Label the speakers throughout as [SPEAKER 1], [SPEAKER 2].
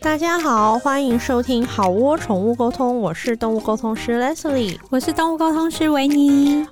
[SPEAKER 1] 大家好，欢迎收听好窝宠物沟通，我是动物沟通师 Leslie。
[SPEAKER 2] 我是动物沟通师维尼。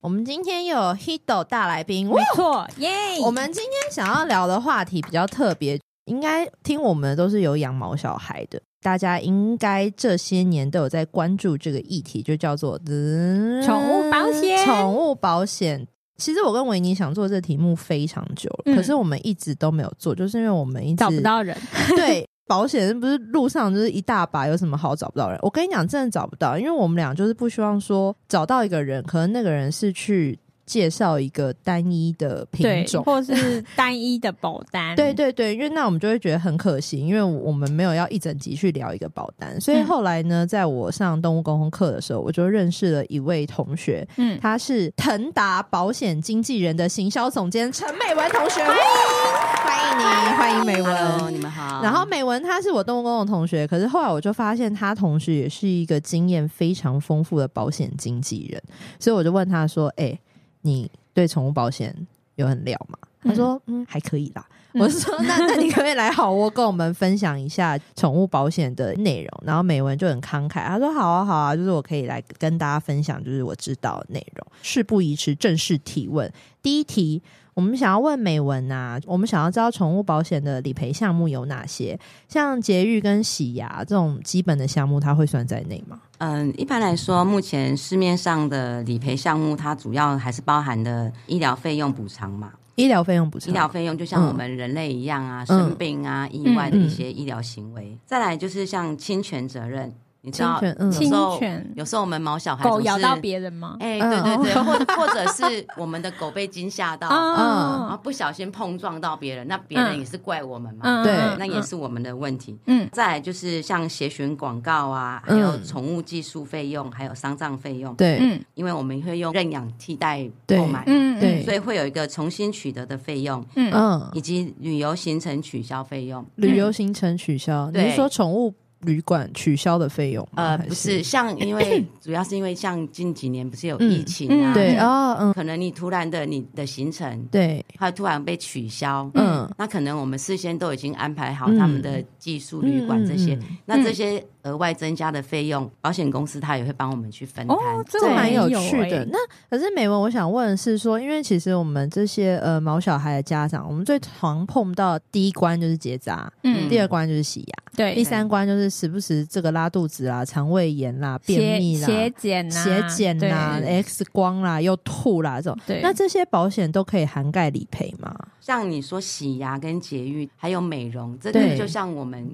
[SPEAKER 1] 我们今天又有 Hito 大来宾，
[SPEAKER 2] 没错，耶！
[SPEAKER 1] 我们今天想要聊的话题比较特别，应该听我们的都是有养毛小孩的，大家应该这些年都有在关注这个议题，就叫做嗯
[SPEAKER 2] 宠物保险
[SPEAKER 1] 宠物保险。其实我跟维尼想做这题目非常久了，
[SPEAKER 2] 嗯
[SPEAKER 1] 可是我们一直都没有做，就是因为我们一直
[SPEAKER 2] 找不到人，
[SPEAKER 1] 对，保险不是路上就是一大把，有什么好找不到人？我跟你讲，真的找不到，因为我们俩就是不希望说找到一个人，可能那个人是去介绍一个单一的品
[SPEAKER 2] 对，
[SPEAKER 1] 种。
[SPEAKER 2] 或是单一的保单，
[SPEAKER 1] 对，对对，因为那我们就会觉得很可惜，因为我们没有要一整集去聊一个保单，所以
[SPEAKER 2] 嗯
[SPEAKER 1] 后来呢，在我上动物沟通课的时候，我就认识了一位同学，
[SPEAKER 2] 嗯，
[SPEAKER 1] 他是腾达保险经纪人的行销总监陈美文同学，欢迎欢迎你，欢迎美文
[SPEAKER 3] Hello，你们好。
[SPEAKER 1] 然后美文她是我动物公的同学，可是后来我就发现她同时也是一个经验非常丰富的保险经纪人，所以我就问她说：“哎、你对宠物保险有很了吗？”她说：“嗯，还可以啦。”
[SPEAKER 2] 嗯
[SPEAKER 1] 我是说：“那那你可不可以来好窝跟我们分享一下宠物保险的内容。”然后美文就很慷慨，她说：“好啊，好啊，就是我可以来跟大家分享，就是我知道的内容。”事不宜迟，正式提问。第一题，我们想要问美文啊，我们想要知道宠物保险的理赔项目有哪些？像节育跟洗牙这种基本的项目，它会算在内吗？
[SPEAKER 3] 嗯，一般来说，目前市面上的理赔项目，它主要还是包含的医疗费用补偿嘛。
[SPEAKER 1] 医疗费用补偿，
[SPEAKER 3] 医疗费用就像
[SPEAKER 1] 嗯
[SPEAKER 3] 我们人类一样啊，
[SPEAKER 1] 嗯
[SPEAKER 3] 生病啊、意外的一些医疗行为。再来就是像侵权责任，你知
[SPEAKER 1] 侵
[SPEAKER 3] 道，
[SPEAKER 1] 权，嗯，
[SPEAKER 3] 有
[SPEAKER 2] 侵
[SPEAKER 3] 时候
[SPEAKER 2] 权，
[SPEAKER 3] 有时候我们毛小孩
[SPEAKER 2] 狗
[SPEAKER 3] 总
[SPEAKER 2] 咬
[SPEAKER 3] 是
[SPEAKER 2] 到别人吗？
[SPEAKER 3] 哎，
[SPEAKER 1] 嗯
[SPEAKER 3] 对对对， 或或者是我们的狗被惊吓
[SPEAKER 1] 哦
[SPEAKER 3] 到，然后
[SPEAKER 2] 啊，
[SPEAKER 3] 不小心碰撞到别人，那别人
[SPEAKER 2] 嗯
[SPEAKER 3] 也是怪我们嘛。
[SPEAKER 2] 嗯
[SPEAKER 1] 对
[SPEAKER 3] 那也，是我们的问题。
[SPEAKER 2] 嗯
[SPEAKER 3] 再来就是像协寻广告啊，还
[SPEAKER 1] 嗯
[SPEAKER 3] 有宠物技术费用，还有丧葬费用。，
[SPEAKER 1] 对，
[SPEAKER 2] 嗯
[SPEAKER 3] 因为我们会用认养替代
[SPEAKER 1] 对
[SPEAKER 3] 购买，
[SPEAKER 2] 嗯，嗯
[SPEAKER 1] 对
[SPEAKER 3] 所以会有一个重新取得的费用，
[SPEAKER 2] 嗯嗯
[SPEAKER 1] 嗯，
[SPEAKER 3] 以及旅游行程取消费用。
[SPEAKER 1] 旅游行程取消，
[SPEAKER 3] 对
[SPEAKER 1] 你是说宠物旅馆取消的费用吗？
[SPEAKER 3] 呃，
[SPEAKER 1] 还
[SPEAKER 3] 不
[SPEAKER 1] 哦是
[SPEAKER 3] 是，， 像因为主要是因为像近几年不是有疫情啊，
[SPEAKER 2] 嗯嗯
[SPEAKER 1] 对啊，嗯，
[SPEAKER 3] 可能你突然的你的行程，
[SPEAKER 1] 对，
[SPEAKER 3] 它突然被取消。
[SPEAKER 1] 嗯，
[SPEAKER 3] 那可能我们事先都已经安排好
[SPEAKER 1] 嗯
[SPEAKER 3] 他们的技术旅馆这些，
[SPEAKER 1] 嗯，嗯嗯
[SPEAKER 3] 那这些额外增加的费用，保险公司它也会帮我们去分摊。
[SPEAKER 2] 哦，这
[SPEAKER 1] 这
[SPEAKER 2] 我
[SPEAKER 1] 蛮
[SPEAKER 2] 没
[SPEAKER 1] 有
[SPEAKER 2] 有
[SPEAKER 1] 趣的。
[SPEAKER 2] 哎，
[SPEAKER 1] 那可是美文，我想问的是说，因为其实我们这些呃毛小孩的家长，我们最常碰到的第一关就是结扎，
[SPEAKER 2] 嗯，
[SPEAKER 1] 第二关就是洗牙，第
[SPEAKER 2] 对，
[SPEAKER 1] 三关就是时不时这个拉肚子啦、肠胃炎啦、便
[SPEAKER 2] 血
[SPEAKER 1] 秘啦、
[SPEAKER 2] 血检啊呐，
[SPEAKER 1] 血检啊啦、
[SPEAKER 3] 对
[SPEAKER 1] X 光啦、又吐啦这种。
[SPEAKER 2] 对，对，
[SPEAKER 1] 那这些保险都可以涵盖理赔吗？
[SPEAKER 3] 像你说洗牙跟节育，还有美容，这
[SPEAKER 1] 对
[SPEAKER 3] 个就像我们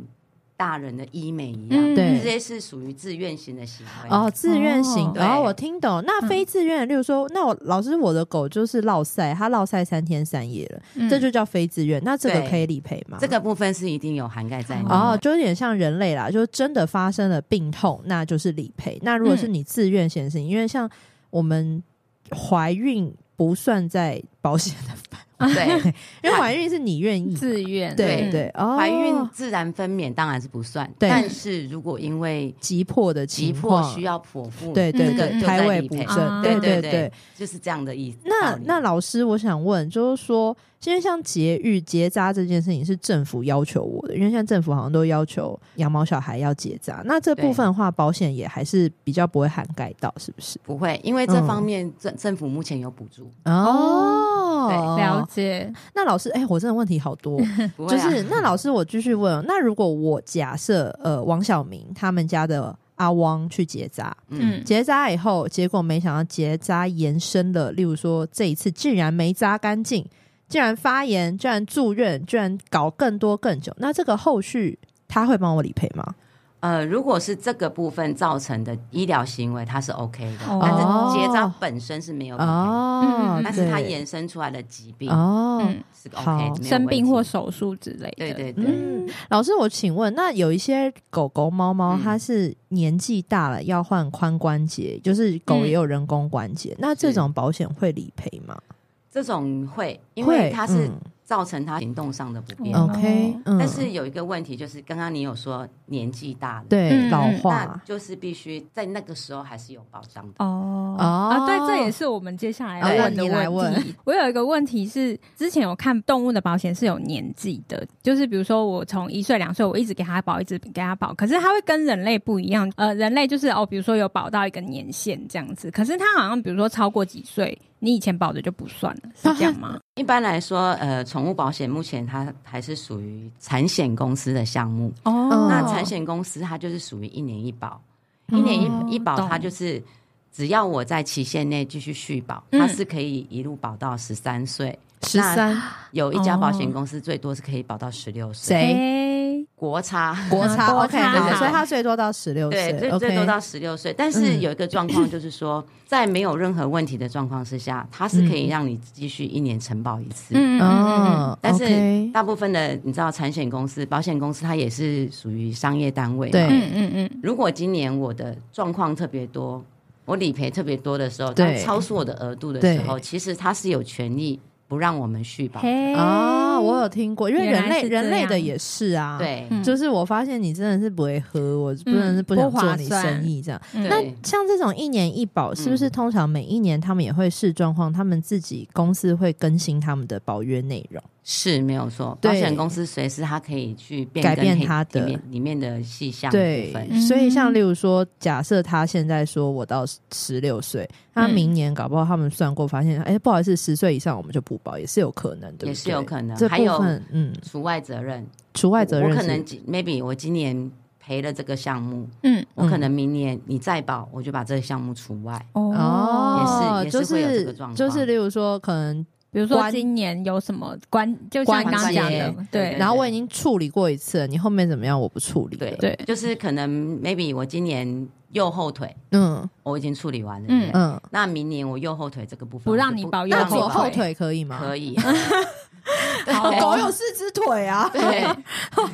[SPEAKER 3] 大人的医美一样，
[SPEAKER 2] 嗯
[SPEAKER 1] 对
[SPEAKER 3] 这些是属于自愿型的行为。
[SPEAKER 1] 哦，自愿型
[SPEAKER 2] 哎哦嗯
[SPEAKER 1] 的，然后
[SPEAKER 3] 对
[SPEAKER 1] 我听懂。那非自愿，例如说，那我老师我的狗就是落晒，它落晒三天三夜了，
[SPEAKER 2] 嗯
[SPEAKER 1] 这就叫非自愿。那这个
[SPEAKER 3] 对
[SPEAKER 1] 可以理赔吗？
[SPEAKER 3] 这个部分是一定有涵盖在里面。
[SPEAKER 1] 哦，就有点像人类啦，就是真的发生了病痛，那就是理赔。那如果
[SPEAKER 3] 嗯
[SPEAKER 1] 是你自愿险事情，因为像我们怀孕不算在保险的 范
[SPEAKER 3] 对，
[SPEAKER 1] 围，因为怀孕是你愿意嘛，
[SPEAKER 2] 自愿，
[SPEAKER 1] 对
[SPEAKER 3] 嗯
[SPEAKER 1] 对，哦，
[SPEAKER 3] 怀孕自然分娩当然是不算，
[SPEAKER 1] 对
[SPEAKER 3] 但是如果因为
[SPEAKER 1] 急迫的
[SPEAKER 3] 急
[SPEAKER 1] 情
[SPEAKER 3] 迫
[SPEAKER 1] 况
[SPEAKER 3] 需，要剖腹，
[SPEAKER 1] 对对
[SPEAKER 3] 这个
[SPEAKER 1] 对，
[SPEAKER 3] 就
[SPEAKER 1] 胎
[SPEAKER 3] 在
[SPEAKER 1] 位
[SPEAKER 3] 理
[SPEAKER 1] 补
[SPEAKER 3] 赔，
[SPEAKER 1] 正，
[SPEAKER 2] 啊
[SPEAKER 1] 对
[SPEAKER 3] 对对
[SPEAKER 1] 对。
[SPEAKER 3] 就是这样的意思。
[SPEAKER 1] 那
[SPEAKER 3] 道理
[SPEAKER 1] 那老师，我想问，就是说，因为像节育、结扎这件事情是政府要求我的，因为现在政府好像都要求养毛小孩要结扎，那这部
[SPEAKER 3] 对
[SPEAKER 1] 分的话，保险也还是比较不会涵盖到，是不是？
[SPEAKER 3] 不会，因为这
[SPEAKER 1] 嗯
[SPEAKER 3] 方面政、政府目前有补助，
[SPEAKER 1] 哦，
[SPEAKER 3] 对啊
[SPEAKER 2] 了。解，
[SPEAKER 1] 那老师，哎、我真的问题好多，
[SPEAKER 3] 不
[SPEAKER 1] 嗯
[SPEAKER 3] 会
[SPEAKER 1] 就
[SPEAKER 3] 啊
[SPEAKER 1] 是那老师，我继续问，哦那如果我假设呃王小明他们家的阿汪去结扎，
[SPEAKER 3] 嗯
[SPEAKER 2] 嗯，
[SPEAKER 1] 结扎以后，结果没想到结扎延伸了，例如说这一次竟然没扎干净，竟然发炎，竟然住院，居然搞更多更久，那这个后续他会帮我理赔吗？
[SPEAKER 3] 呃，如果是这个部分造成的医疗行为，它是 OK 的，
[SPEAKER 2] 哦
[SPEAKER 3] 但是结扎本身是没有理赔的
[SPEAKER 1] 哦
[SPEAKER 2] 嗯，
[SPEAKER 3] 但是它
[SPEAKER 1] 对
[SPEAKER 3] 衍生出来的疾病
[SPEAKER 1] 哦。
[SPEAKER 2] 嗯
[SPEAKER 3] 是
[SPEAKER 1] 好
[SPEAKER 3] OK，没有
[SPEAKER 2] 生病或
[SPEAKER 3] 问题
[SPEAKER 2] 手术之类的，
[SPEAKER 3] 对对对，
[SPEAKER 1] 嗯，老师，我请问，那有一些狗狗、猫猫，
[SPEAKER 3] 嗯
[SPEAKER 1] 它是年纪大了要换髋关节，就是狗也有人
[SPEAKER 3] 嗯
[SPEAKER 1] 工关节，那这种保险会理赔吗？
[SPEAKER 3] 这种会，因为它是
[SPEAKER 1] 嗯
[SPEAKER 3] 造成他行动上的不便嘛。
[SPEAKER 1] OK，嗯
[SPEAKER 3] 但是有一个问题就是，刚刚你有说年纪大了，
[SPEAKER 1] 对
[SPEAKER 2] 嗯
[SPEAKER 1] 老
[SPEAKER 2] 嗯
[SPEAKER 1] 化
[SPEAKER 3] 那。就是必须在那个时候还是有保障的。
[SPEAKER 2] 哦
[SPEAKER 1] 哦
[SPEAKER 2] 啊，对，这也是我们接下来要
[SPEAKER 1] 哦
[SPEAKER 2] 问的
[SPEAKER 1] 那你来
[SPEAKER 2] 问题。我有一个问题是，之前有看动物的保险是有年纪的，就是比如说我从一岁两岁，我一直给它保，一直给它保，可是它会跟人类不一样。呃，人类就是哦，比如说有保到一个年限这样子，可是它好像比如说超过几岁，你以前保的就不算了，是这样吗？
[SPEAKER 3] 一般来说，呃，宠物保险目前它还是属于产险公司的项目。
[SPEAKER 1] 哦
[SPEAKER 3] 那产险公司它就是属于一年一保，
[SPEAKER 1] 嗯
[SPEAKER 3] 一年一一保，
[SPEAKER 2] 懂
[SPEAKER 3] 它就是只要我在期限内继续续保，
[SPEAKER 2] 嗯
[SPEAKER 3] 它是可以一路保到十三岁。
[SPEAKER 1] 十三
[SPEAKER 3] 有一家保险公司最多是可以保到十六岁，
[SPEAKER 1] 哦谁
[SPEAKER 2] 哎，
[SPEAKER 3] 国差。
[SPEAKER 1] 国
[SPEAKER 2] 啊
[SPEAKER 1] 差
[SPEAKER 2] 国
[SPEAKER 1] OK，
[SPEAKER 2] 差
[SPEAKER 1] 对对
[SPEAKER 3] 对
[SPEAKER 1] 所以他最多到十六 岁
[SPEAKER 3] 对，最最多
[SPEAKER 1] ，OK，嗯
[SPEAKER 3] 到十六岁，但是有一个状况就是说， 在没有任何问题的状况之下，它是可以让你继续一年承保一次。
[SPEAKER 2] 嗯嗯嗯
[SPEAKER 1] 哦
[SPEAKER 3] 但是
[SPEAKER 1] OK
[SPEAKER 3] 大部分的，你知道，产险公司、保险公司，它也是属于商业单位嘛。
[SPEAKER 1] 哦对
[SPEAKER 2] 嗯嗯嗯，
[SPEAKER 3] 如果今年我的状况特别多，我理赔特别多的时候，
[SPEAKER 1] 对
[SPEAKER 3] 它超出我的额度的时候，
[SPEAKER 1] 对
[SPEAKER 3] 其实它是有权利不让我们续保。
[SPEAKER 2] 嘿
[SPEAKER 1] 哦，我有听过，因为
[SPEAKER 2] 哎原来
[SPEAKER 1] 人类
[SPEAKER 2] 是这
[SPEAKER 1] 人类
[SPEAKER 2] 样
[SPEAKER 1] 的也是啊，，
[SPEAKER 3] 对，
[SPEAKER 2] 嗯
[SPEAKER 1] 就是我发现你真的是不会喝，我真的是不想做你生意这样。
[SPEAKER 2] 嗯
[SPEAKER 1] 那
[SPEAKER 3] 对
[SPEAKER 1] 像这种一年一保，是不是通常每一年他们也会视状况，他们自己公司会更新他们的保约内容？
[SPEAKER 3] 是没有错。
[SPEAKER 1] 对
[SPEAKER 3] 保险公司随时它可以去变
[SPEAKER 1] 改
[SPEAKER 3] 更
[SPEAKER 1] 变
[SPEAKER 3] 里
[SPEAKER 1] 它的
[SPEAKER 3] 里面里面的细项部
[SPEAKER 1] 对
[SPEAKER 3] 分。，
[SPEAKER 2] 嗯
[SPEAKER 1] 所以像例如说，假设他现在说我到十六岁，那
[SPEAKER 2] 嗯
[SPEAKER 1] 明年搞不好他们算过发现，哎、不好意思，十岁以上我们就不保，也是有可能，对不对？
[SPEAKER 3] 也是有可能
[SPEAKER 1] 这
[SPEAKER 3] 还有
[SPEAKER 1] 部分嗯，
[SPEAKER 3] 除外责任，
[SPEAKER 1] 除外责任
[SPEAKER 3] 我
[SPEAKER 1] 是
[SPEAKER 3] 可能今 maybe 我今年赔了这个项目，
[SPEAKER 2] 嗯
[SPEAKER 3] 我可能明年你再保，我就把这个项目除外。
[SPEAKER 1] 哦，
[SPEAKER 3] 也是
[SPEAKER 1] 就
[SPEAKER 3] 也是会有这个
[SPEAKER 1] 是
[SPEAKER 3] 状况
[SPEAKER 1] 就是例如说，可能
[SPEAKER 2] 比如说
[SPEAKER 1] 关
[SPEAKER 2] 今年有什么关，就像
[SPEAKER 1] 关
[SPEAKER 2] 刚刚讲
[SPEAKER 1] 节
[SPEAKER 2] 的，
[SPEAKER 3] 对
[SPEAKER 2] 对
[SPEAKER 1] 然后我已经处理过一次了，你后面怎么样我不处理了
[SPEAKER 3] 对
[SPEAKER 2] 对
[SPEAKER 3] 就是可能 maybe 我今年右后腿
[SPEAKER 1] 嗯
[SPEAKER 3] 我已经处理完了，
[SPEAKER 2] 嗯
[SPEAKER 3] 对不对
[SPEAKER 1] 嗯，
[SPEAKER 3] 那明年我右后腿这个部分
[SPEAKER 2] 不
[SPEAKER 3] 我就
[SPEAKER 2] 让你保右
[SPEAKER 1] 那
[SPEAKER 3] 让你
[SPEAKER 1] 左
[SPEAKER 3] 保
[SPEAKER 1] 后腿可以吗？
[SPEAKER 3] 可以，
[SPEAKER 2] 好
[SPEAKER 1] 哦 狗有四只腿啊。
[SPEAKER 3] 对，但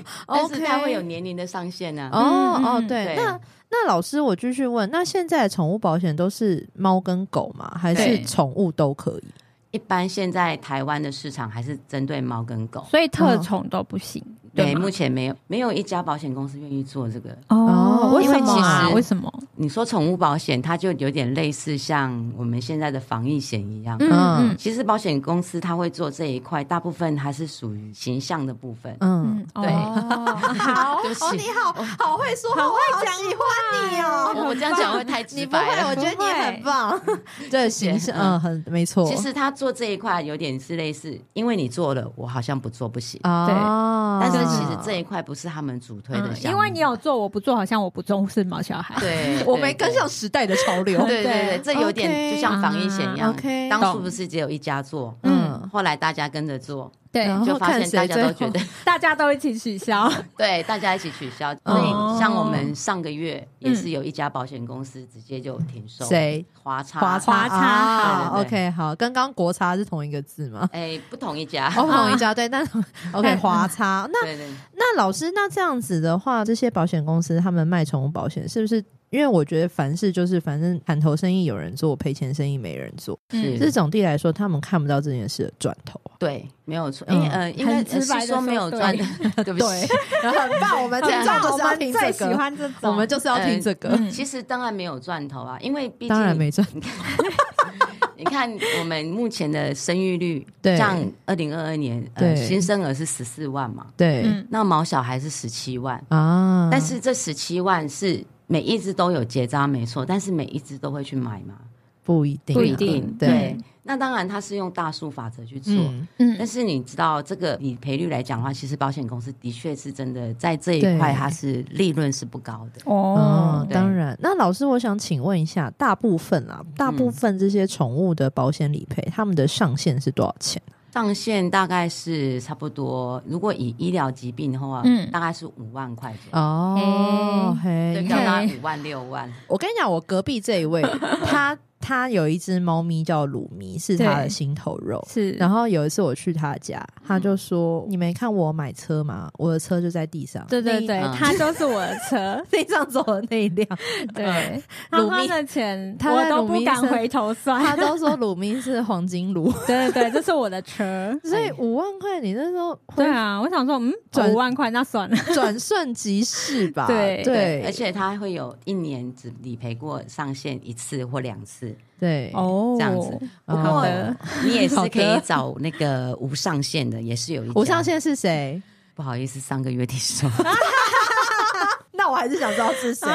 [SPEAKER 1] OK，
[SPEAKER 3] 是它会有年龄的上限呢、啊。
[SPEAKER 1] 哦
[SPEAKER 2] 嗯嗯
[SPEAKER 1] 哦
[SPEAKER 2] 嗯，
[SPEAKER 1] 对，
[SPEAKER 3] 对
[SPEAKER 1] 那那老师，我继续问，那现在的宠物保险都是猫跟狗吗？还是
[SPEAKER 2] 对
[SPEAKER 1] 宠物都可以？
[SPEAKER 3] 一般现在台湾的市场还是针对猫跟狗，
[SPEAKER 2] 所以特宠都不行，
[SPEAKER 3] 对，
[SPEAKER 2] 吗
[SPEAKER 3] 目前没有没有一家保险公司愿意做这个。
[SPEAKER 1] 哦
[SPEAKER 2] 为
[SPEAKER 1] 因为
[SPEAKER 2] 什么啊
[SPEAKER 3] 其？实
[SPEAKER 2] 为什么？
[SPEAKER 3] 你说宠物保险，它就有点类似像我们现在的防疫险一样。
[SPEAKER 1] 嗯
[SPEAKER 3] 其实保险公司它会做这一块，大部分还是属于形象的部分。
[SPEAKER 1] 嗯，
[SPEAKER 2] 哦
[SPEAKER 3] 对
[SPEAKER 1] 好 哦
[SPEAKER 3] 对不起
[SPEAKER 1] 好好会说话，我好喜欢你
[SPEAKER 3] 我我这样讲会太直
[SPEAKER 1] 哦你不会
[SPEAKER 3] 白，啊了。
[SPEAKER 1] 我觉得
[SPEAKER 2] 不
[SPEAKER 1] 你
[SPEAKER 2] 会
[SPEAKER 1] 很棒。 对，形象，嗯，很没错。
[SPEAKER 3] 其实他做这一块有点是类似，因为你做了，我好像不做不行。
[SPEAKER 1] 啊，
[SPEAKER 3] 但是其实这一块不是他们主推的
[SPEAKER 2] 嗯
[SPEAKER 3] 项目，
[SPEAKER 2] 因为你有做，我不做，好像我不重视毛小 孩。
[SPEAKER 3] 对，
[SPEAKER 1] 我没跟上时代的潮流。
[SPEAKER 3] 对。对对对，这有
[SPEAKER 1] OK
[SPEAKER 3] 点就像防疫险一
[SPEAKER 1] 啊
[SPEAKER 3] 样
[SPEAKER 1] ，OK，
[SPEAKER 3] 当初不是只有一家做，
[SPEAKER 1] 嗯，
[SPEAKER 3] 后来大家跟着做，
[SPEAKER 2] 对
[SPEAKER 1] 然后
[SPEAKER 3] 就发
[SPEAKER 1] 哦看
[SPEAKER 3] 现
[SPEAKER 1] 谁
[SPEAKER 3] 大家都
[SPEAKER 1] 最
[SPEAKER 3] 觉
[SPEAKER 1] 后
[SPEAKER 3] 得
[SPEAKER 2] 大家都一起取 消。
[SPEAKER 3] 对，大家一起取
[SPEAKER 1] 哦
[SPEAKER 3] 消。所以像我
[SPEAKER 1] 嗯
[SPEAKER 3] 们上个月也是
[SPEAKER 2] 嗯
[SPEAKER 3] 有一家保险公司直接就停售，
[SPEAKER 1] 谁？
[SPEAKER 3] 华差，
[SPEAKER 1] 华
[SPEAKER 2] 差
[SPEAKER 1] 差啊
[SPEAKER 3] 对对对
[SPEAKER 1] OK，好，跟刚刚国差是同一个字 吗？
[SPEAKER 3] 哎，不同一家，
[SPEAKER 1] 哦，不同一
[SPEAKER 3] 啊
[SPEAKER 1] 家对，但 OK 华差。那
[SPEAKER 3] 对对。
[SPEAKER 1] 那老师，那这样子的话，这些保险公司他们卖宠物保险，是不是？因为我觉得凡事就是，反正砍头生意有人做，赔钱生意没人做。
[SPEAKER 3] 是
[SPEAKER 1] 这种地来说，他们看不到这件事的赚头。
[SPEAKER 3] 对，没有错，
[SPEAKER 1] 嗯
[SPEAKER 3] 因为呃，应该
[SPEAKER 2] 很直白
[SPEAKER 3] 是
[SPEAKER 2] 地
[SPEAKER 3] 说没有
[SPEAKER 2] 说
[SPEAKER 3] 赚， 对不起。
[SPEAKER 1] 然后 很棒，我们听
[SPEAKER 3] 对
[SPEAKER 1] 众就
[SPEAKER 2] 我
[SPEAKER 1] 是要
[SPEAKER 2] 们
[SPEAKER 1] 听
[SPEAKER 2] 最
[SPEAKER 1] 这
[SPEAKER 2] 喜
[SPEAKER 1] 个，
[SPEAKER 2] 欢这种，
[SPEAKER 1] 我们就是要听这个。
[SPEAKER 2] 嗯
[SPEAKER 3] 其实当然没有赚头啊，因为毕 竟
[SPEAKER 1] 当然没赚，
[SPEAKER 3] 你看我们目前的生育率，
[SPEAKER 1] 对
[SPEAKER 3] 像二零二二年，
[SPEAKER 1] 对
[SPEAKER 3] 呃，新生儿是十四万嘛，
[SPEAKER 1] 对
[SPEAKER 2] 嗯
[SPEAKER 3] 那毛小孩是十七万，
[SPEAKER 1] 啊，
[SPEAKER 3] 但是这十七万是每一只都有结扎，没错，但是每一只都会去买吗？
[SPEAKER 1] 不一定啊，
[SPEAKER 2] 不一定
[SPEAKER 1] 对
[SPEAKER 3] 对，那当然它是用大数法则去做。
[SPEAKER 1] 嗯
[SPEAKER 3] 但
[SPEAKER 2] 嗯
[SPEAKER 3] 是你知道，这个理赔率来讲的话，其实保险公司的确是真的在这
[SPEAKER 1] 对
[SPEAKER 3] 一块，它是利润是不高的。
[SPEAKER 1] 哦
[SPEAKER 2] 哦，
[SPEAKER 3] 对
[SPEAKER 1] 当然。那老师，我想请问一下，大部分啊，大部分这些宠物的保险理赔，他们的上限是多少钱？
[SPEAKER 3] 上限大概是差不多，如果以医疗疾病的话，
[SPEAKER 2] 嗯
[SPEAKER 3] 大概是五万块左右，
[SPEAKER 1] 哦，
[SPEAKER 3] 对，
[SPEAKER 1] 嘿
[SPEAKER 3] 高达五万六万。
[SPEAKER 1] 我跟你讲，我隔壁这一位，他他有一只猫咪叫鲁咪，是他的心头肉。
[SPEAKER 2] 是，
[SPEAKER 1] 然后有一次我去他家，他就说：“你没看我买车吗？我的车就在地上，
[SPEAKER 2] 对对
[SPEAKER 1] 那，
[SPEAKER 2] 对，
[SPEAKER 3] 嗯
[SPEAKER 2] 他就是我的车
[SPEAKER 1] 地上走的那一辆。
[SPEAKER 2] 对，他
[SPEAKER 1] 嗯鲁
[SPEAKER 2] 花
[SPEAKER 1] 密
[SPEAKER 2] 的钱
[SPEAKER 1] 他
[SPEAKER 2] 我
[SPEAKER 1] 在
[SPEAKER 2] 都
[SPEAKER 1] 鲁
[SPEAKER 2] 不
[SPEAKER 1] 密
[SPEAKER 2] 敢
[SPEAKER 1] 身
[SPEAKER 2] 回头
[SPEAKER 1] 他
[SPEAKER 2] 算，
[SPEAKER 1] 都说鲁咪是黄金卢，
[SPEAKER 2] 对对对，这是我的车
[SPEAKER 1] ，所以五万块你那时候
[SPEAKER 2] 对
[SPEAKER 1] 会
[SPEAKER 2] 啊，我想说，嗯，
[SPEAKER 1] 转
[SPEAKER 2] 五万块那算了，
[SPEAKER 1] 转瞬即逝吧？
[SPEAKER 2] 对
[SPEAKER 1] 对，
[SPEAKER 3] 而且它会有一年只理赔过上限一次或两次。
[SPEAKER 1] 对
[SPEAKER 2] 哦
[SPEAKER 3] 这样子
[SPEAKER 1] 哦
[SPEAKER 3] 不
[SPEAKER 1] 好
[SPEAKER 3] 过
[SPEAKER 2] 的
[SPEAKER 3] 你也是
[SPEAKER 2] 好的
[SPEAKER 3] 可以找那个无上限的，也是有一家
[SPEAKER 1] 无上。限是谁？
[SPEAKER 3] 不好意思，上个月听 说，
[SPEAKER 1] 那我还是想知道 是谁。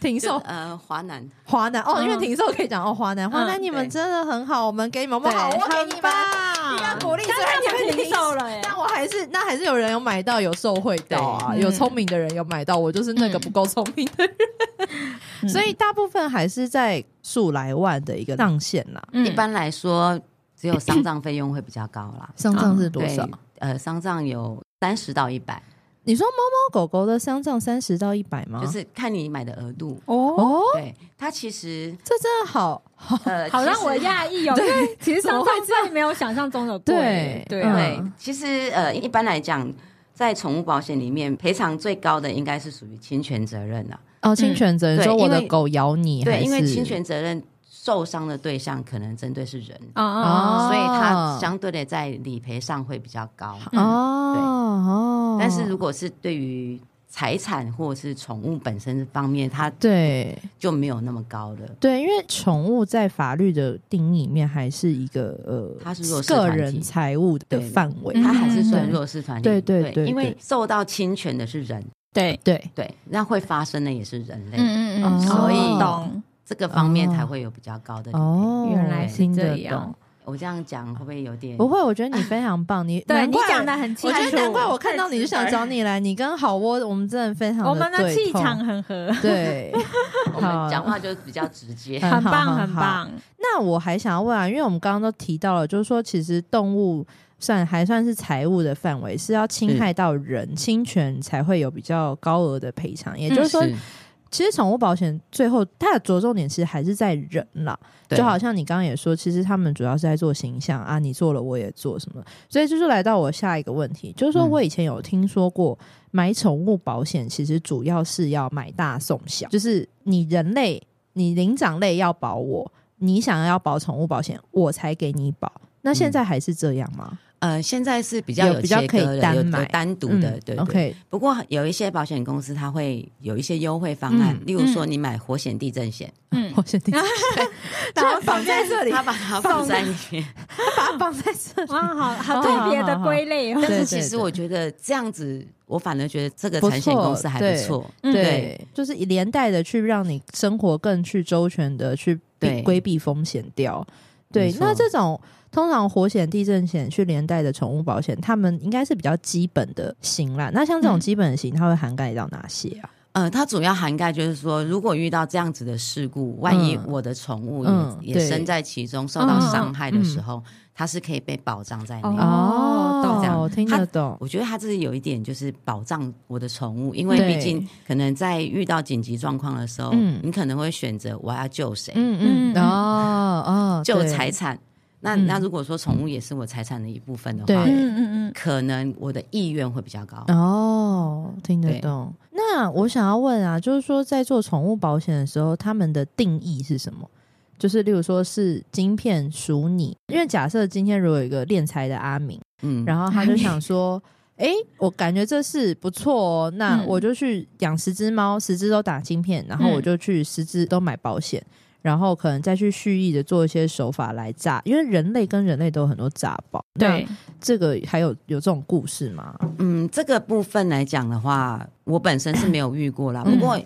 [SPEAKER 1] 停
[SPEAKER 3] 就
[SPEAKER 1] 售
[SPEAKER 3] 呃华南
[SPEAKER 1] 华南哦，
[SPEAKER 2] 嗯
[SPEAKER 1] 因为停售可以讲哦，华南华南
[SPEAKER 2] 嗯
[SPEAKER 1] 你们
[SPEAKER 3] 对
[SPEAKER 1] 真的很好，我们给你们，我
[SPEAKER 2] 对，
[SPEAKER 1] 好，我给你
[SPEAKER 2] 很
[SPEAKER 1] 们
[SPEAKER 2] 棒。
[SPEAKER 1] 第二鼓励，虽然
[SPEAKER 2] 但
[SPEAKER 1] 你
[SPEAKER 2] 是他
[SPEAKER 1] 们
[SPEAKER 2] 们
[SPEAKER 1] 停
[SPEAKER 2] 停
[SPEAKER 1] 售
[SPEAKER 2] 售
[SPEAKER 1] 了
[SPEAKER 2] 了耶
[SPEAKER 1] 但我还是那还是有人有买到，有受惠到啊，
[SPEAKER 2] 对
[SPEAKER 1] 有
[SPEAKER 2] 嗯
[SPEAKER 1] 聪明的人有买到，我就是那个不够聪明的人，
[SPEAKER 3] 嗯
[SPEAKER 1] 所以大部分还是在数来万的一个上限啦。，
[SPEAKER 2] 嗯
[SPEAKER 3] 一般来说只有丧葬费用会比较高啦
[SPEAKER 1] 丧葬是多
[SPEAKER 3] 对
[SPEAKER 1] 少？？
[SPEAKER 3] 呃，丧葬有三十到一百，
[SPEAKER 1] 你说猫猫狗狗的丧葬三十到一百吗？
[SPEAKER 3] 就是看你买的额度。
[SPEAKER 2] 哦，
[SPEAKER 1] 哦，
[SPEAKER 3] 对，它其实
[SPEAKER 1] 这真的好
[SPEAKER 3] 呃，
[SPEAKER 2] 好
[SPEAKER 3] 其
[SPEAKER 2] 让
[SPEAKER 3] 实
[SPEAKER 2] 我讶异哦，因 为其实
[SPEAKER 1] 怎么
[SPEAKER 2] 上
[SPEAKER 1] 会
[SPEAKER 2] 上费没有想象中的
[SPEAKER 1] 对
[SPEAKER 2] 贵，对啊
[SPEAKER 3] 对
[SPEAKER 1] 嗯，
[SPEAKER 3] 其实呃，一般来讲，在宠物保险里面，赔偿最高的应该是属于侵权责任啦。
[SPEAKER 1] 哦，侵权责任
[SPEAKER 3] 对
[SPEAKER 1] 说我
[SPEAKER 3] 因
[SPEAKER 1] 的
[SPEAKER 3] 为
[SPEAKER 1] 狗咬你，还
[SPEAKER 3] 对，
[SPEAKER 1] 是
[SPEAKER 3] 因为侵权责任受伤的对象可能针对是人，
[SPEAKER 2] 啊
[SPEAKER 1] 哦
[SPEAKER 2] 啊，
[SPEAKER 3] 所以它相对的在理赔上会比较高。
[SPEAKER 1] 哦哦，
[SPEAKER 3] 但是如果是对于财产或者是宠物本身方面，它
[SPEAKER 1] 对
[SPEAKER 3] 就没有那么高了。
[SPEAKER 1] 对，因为宠物在法律的定义里面还是一个呃，
[SPEAKER 3] 它是弱势
[SPEAKER 1] 个
[SPEAKER 3] 团体
[SPEAKER 1] 人财务的
[SPEAKER 3] 对
[SPEAKER 1] 范围，
[SPEAKER 2] 嗯
[SPEAKER 3] 它还是算
[SPEAKER 1] 对
[SPEAKER 3] 弱势团体，
[SPEAKER 1] 对对对
[SPEAKER 3] 因为
[SPEAKER 1] 对
[SPEAKER 3] 受到侵权的是人，
[SPEAKER 2] 对，
[SPEAKER 1] 对
[SPEAKER 3] 对，那会发生的也是人类，
[SPEAKER 2] 嗯嗯
[SPEAKER 1] 哦
[SPEAKER 2] 嗯，
[SPEAKER 1] 所以
[SPEAKER 2] 懂，
[SPEAKER 3] 这个方面
[SPEAKER 1] 哦
[SPEAKER 3] 才会有比较高的理赔。啊
[SPEAKER 1] 哦，
[SPEAKER 2] 原来是
[SPEAKER 1] 听得
[SPEAKER 2] 这样
[SPEAKER 1] 懂。
[SPEAKER 3] 我这样讲会不会有
[SPEAKER 1] 哦
[SPEAKER 3] 点？
[SPEAKER 1] 不会，我觉得你非常棒，你
[SPEAKER 2] 对
[SPEAKER 1] 难
[SPEAKER 2] 你
[SPEAKER 1] 怪啊
[SPEAKER 2] 讲的很清
[SPEAKER 1] 我
[SPEAKER 2] 楚，
[SPEAKER 1] 觉得难怪我看到你就想找你来，你跟好窝我们真的非常
[SPEAKER 2] 我们的
[SPEAKER 1] 对
[SPEAKER 2] 气
[SPEAKER 1] 痛
[SPEAKER 2] 场很合，
[SPEAKER 1] 对，
[SPEAKER 3] 我
[SPEAKER 1] 好
[SPEAKER 3] 们 讲话就比较直 接。
[SPEAKER 1] 嗯
[SPEAKER 2] 很
[SPEAKER 1] 好好
[SPEAKER 2] 棒很
[SPEAKER 1] 好
[SPEAKER 2] 棒，
[SPEAKER 1] 那我还想要问啊，因为我们刚刚都提到了，就是说其实动物算还算是财务的范围，是要侵害到人侵权才会有比较高额的赔偿。也嗯就是说，其实宠物保险最后它的着重点其实还是在人啦。
[SPEAKER 3] 对
[SPEAKER 1] 就好像你刚刚也说，其实他们主要是在做形象啊，你做了我也做什么，所以就是来到我下一个问题，就是说
[SPEAKER 3] 嗯
[SPEAKER 1] 我以前有听说过，买宠物保险其实主要是要买大送小，就是你人类，你灵长类要保我，你想要保宠物保险，我才给你保。那
[SPEAKER 3] 嗯
[SPEAKER 1] 现在还是这样吗？
[SPEAKER 3] 呃，现在是比较
[SPEAKER 1] 有
[SPEAKER 3] 有
[SPEAKER 1] 比较
[SPEAKER 3] 切
[SPEAKER 1] 可以
[SPEAKER 3] 割的
[SPEAKER 1] 单
[SPEAKER 3] 有有
[SPEAKER 1] 买
[SPEAKER 3] 单独
[SPEAKER 1] 嗯
[SPEAKER 3] 的，对对。
[SPEAKER 1] ，OK，
[SPEAKER 3] 不过有一些保险公司它会有一些优惠方案，
[SPEAKER 1] 嗯
[SPEAKER 3] 例如说你买活险、地震险，
[SPEAKER 2] 嗯
[SPEAKER 1] 保险定，然后绑在 这里，
[SPEAKER 3] 它把它放在里 面。
[SPEAKER 1] 把它绑在这里，
[SPEAKER 2] 哇，好好
[SPEAKER 1] 好好
[SPEAKER 2] 特别
[SPEAKER 1] 好
[SPEAKER 2] 的
[SPEAKER 1] 好
[SPEAKER 2] 归类哦，
[SPEAKER 3] 但
[SPEAKER 1] 对
[SPEAKER 3] 是其
[SPEAKER 1] 对
[SPEAKER 3] 实
[SPEAKER 1] 对
[SPEAKER 3] 我觉得这样子，我反而觉得这个
[SPEAKER 1] 不
[SPEAKER 3] 产险公
[SPEAKER 1] 错
[SPEAKER 3] 司还
[SPEAKER 1] 对
[SPEAKER 3] 不错。
[SPEAKER 2] 嗯
[SPEAKER 1] 对，就是连带的去让你生活更去周全的去避
[SPEAKER 3] 对
[SPEAKER 1] 规避风险掉。对
[SPEAKER 3] 没，错
[SPEAKER 1] 那这种通常火险、地震险去连带的宠物保险，他们应该是比较基本的型啦。那像这种
[SPEAKER 2] 嗯
[SPEAKER 1] 基本型，它会涵盖到哪些啊？
[SPEAKER 3] 呃，它主要涵盖就是说，如果遇到这样子的事故，万一
[SPEAKER 1] 嗯
[SPEAKER 3] 我的宠物也、
[SPEAKER 1] 嗯
[SPEAKER 3] 也
[SPEAKER 1] 对
[SPEAKER 3] 身在其中受到
[SPEAKER 2] 嗯嗯
[SPEAKER 3] 伤害的时
[SPEAKER 1] 嗯
[SPEAKER 3] 候，它是可以被保障在内。
[SPEAKER 2] 哦懂
[SPEAKER 3] 这样
[SPEAKER 1] 哦听得懂，
[SPEAKER 3] 我觉得它这是有一点就是保障我的宠物，因为
[SPEAKER 1] 对
[SPEAKER 3] 毕竟可能在遇到紧急状况的时候，
[SPEAKER 1] 嗯
[SPEAKER 3] 你可能会选择我要救谁，
[SPEAKER 1] 嗯嗯，
[SPEAKER 2] 嗯
[SPEAKER 1] 哦哦，
[SPEAKER 3] 救
[SPEAKER 1] 对
[SPEAKER 3] 财，产。那、
[SPEAKER 1] 嗯
[SPEAKER 3] 那如果说宠物也是我财产的一部分的话
[SPEAKER 1] 对，
[SPEAKER 2] 嗯嗯嗯，
[SPEAKER 3] 可能我的意愿会比较高。
[SPEAKER 1] 哦，听得
[SPEAKER 3] 对
[SPEAKER 1] 懂。那我想要问啊，就是说在做宠物保险的时候，他们的定义是什么？就是例如说是晶片属你，因为假设今天如果有一个敛财的阿明，
[SPEAKER 3] 嗯，
[SPEAKER 1] 然后他就想说。哎、我感觉这事不错哦，那
[SPEAKER 2] 嗯
[SPEAKER 1] 我就去养十只猫，十只都打晶片，然后我
[SPEAKER 2] 嗯
[SPEAKER 1] 就去十只都买保险，然后可能再去蓄意的做一些手法来诈，因为人类跟人类都有很多诈保。
[SPEAKER 2] 对，，
[SPEAKER 1] 那这个还有有这种故事吗？
[SPEAKER 3] 嗯，这个部分来讲的话，我本身是没有遇过啦。
[SPEAKER 1] 嗯
[SPEAKER 3] 不过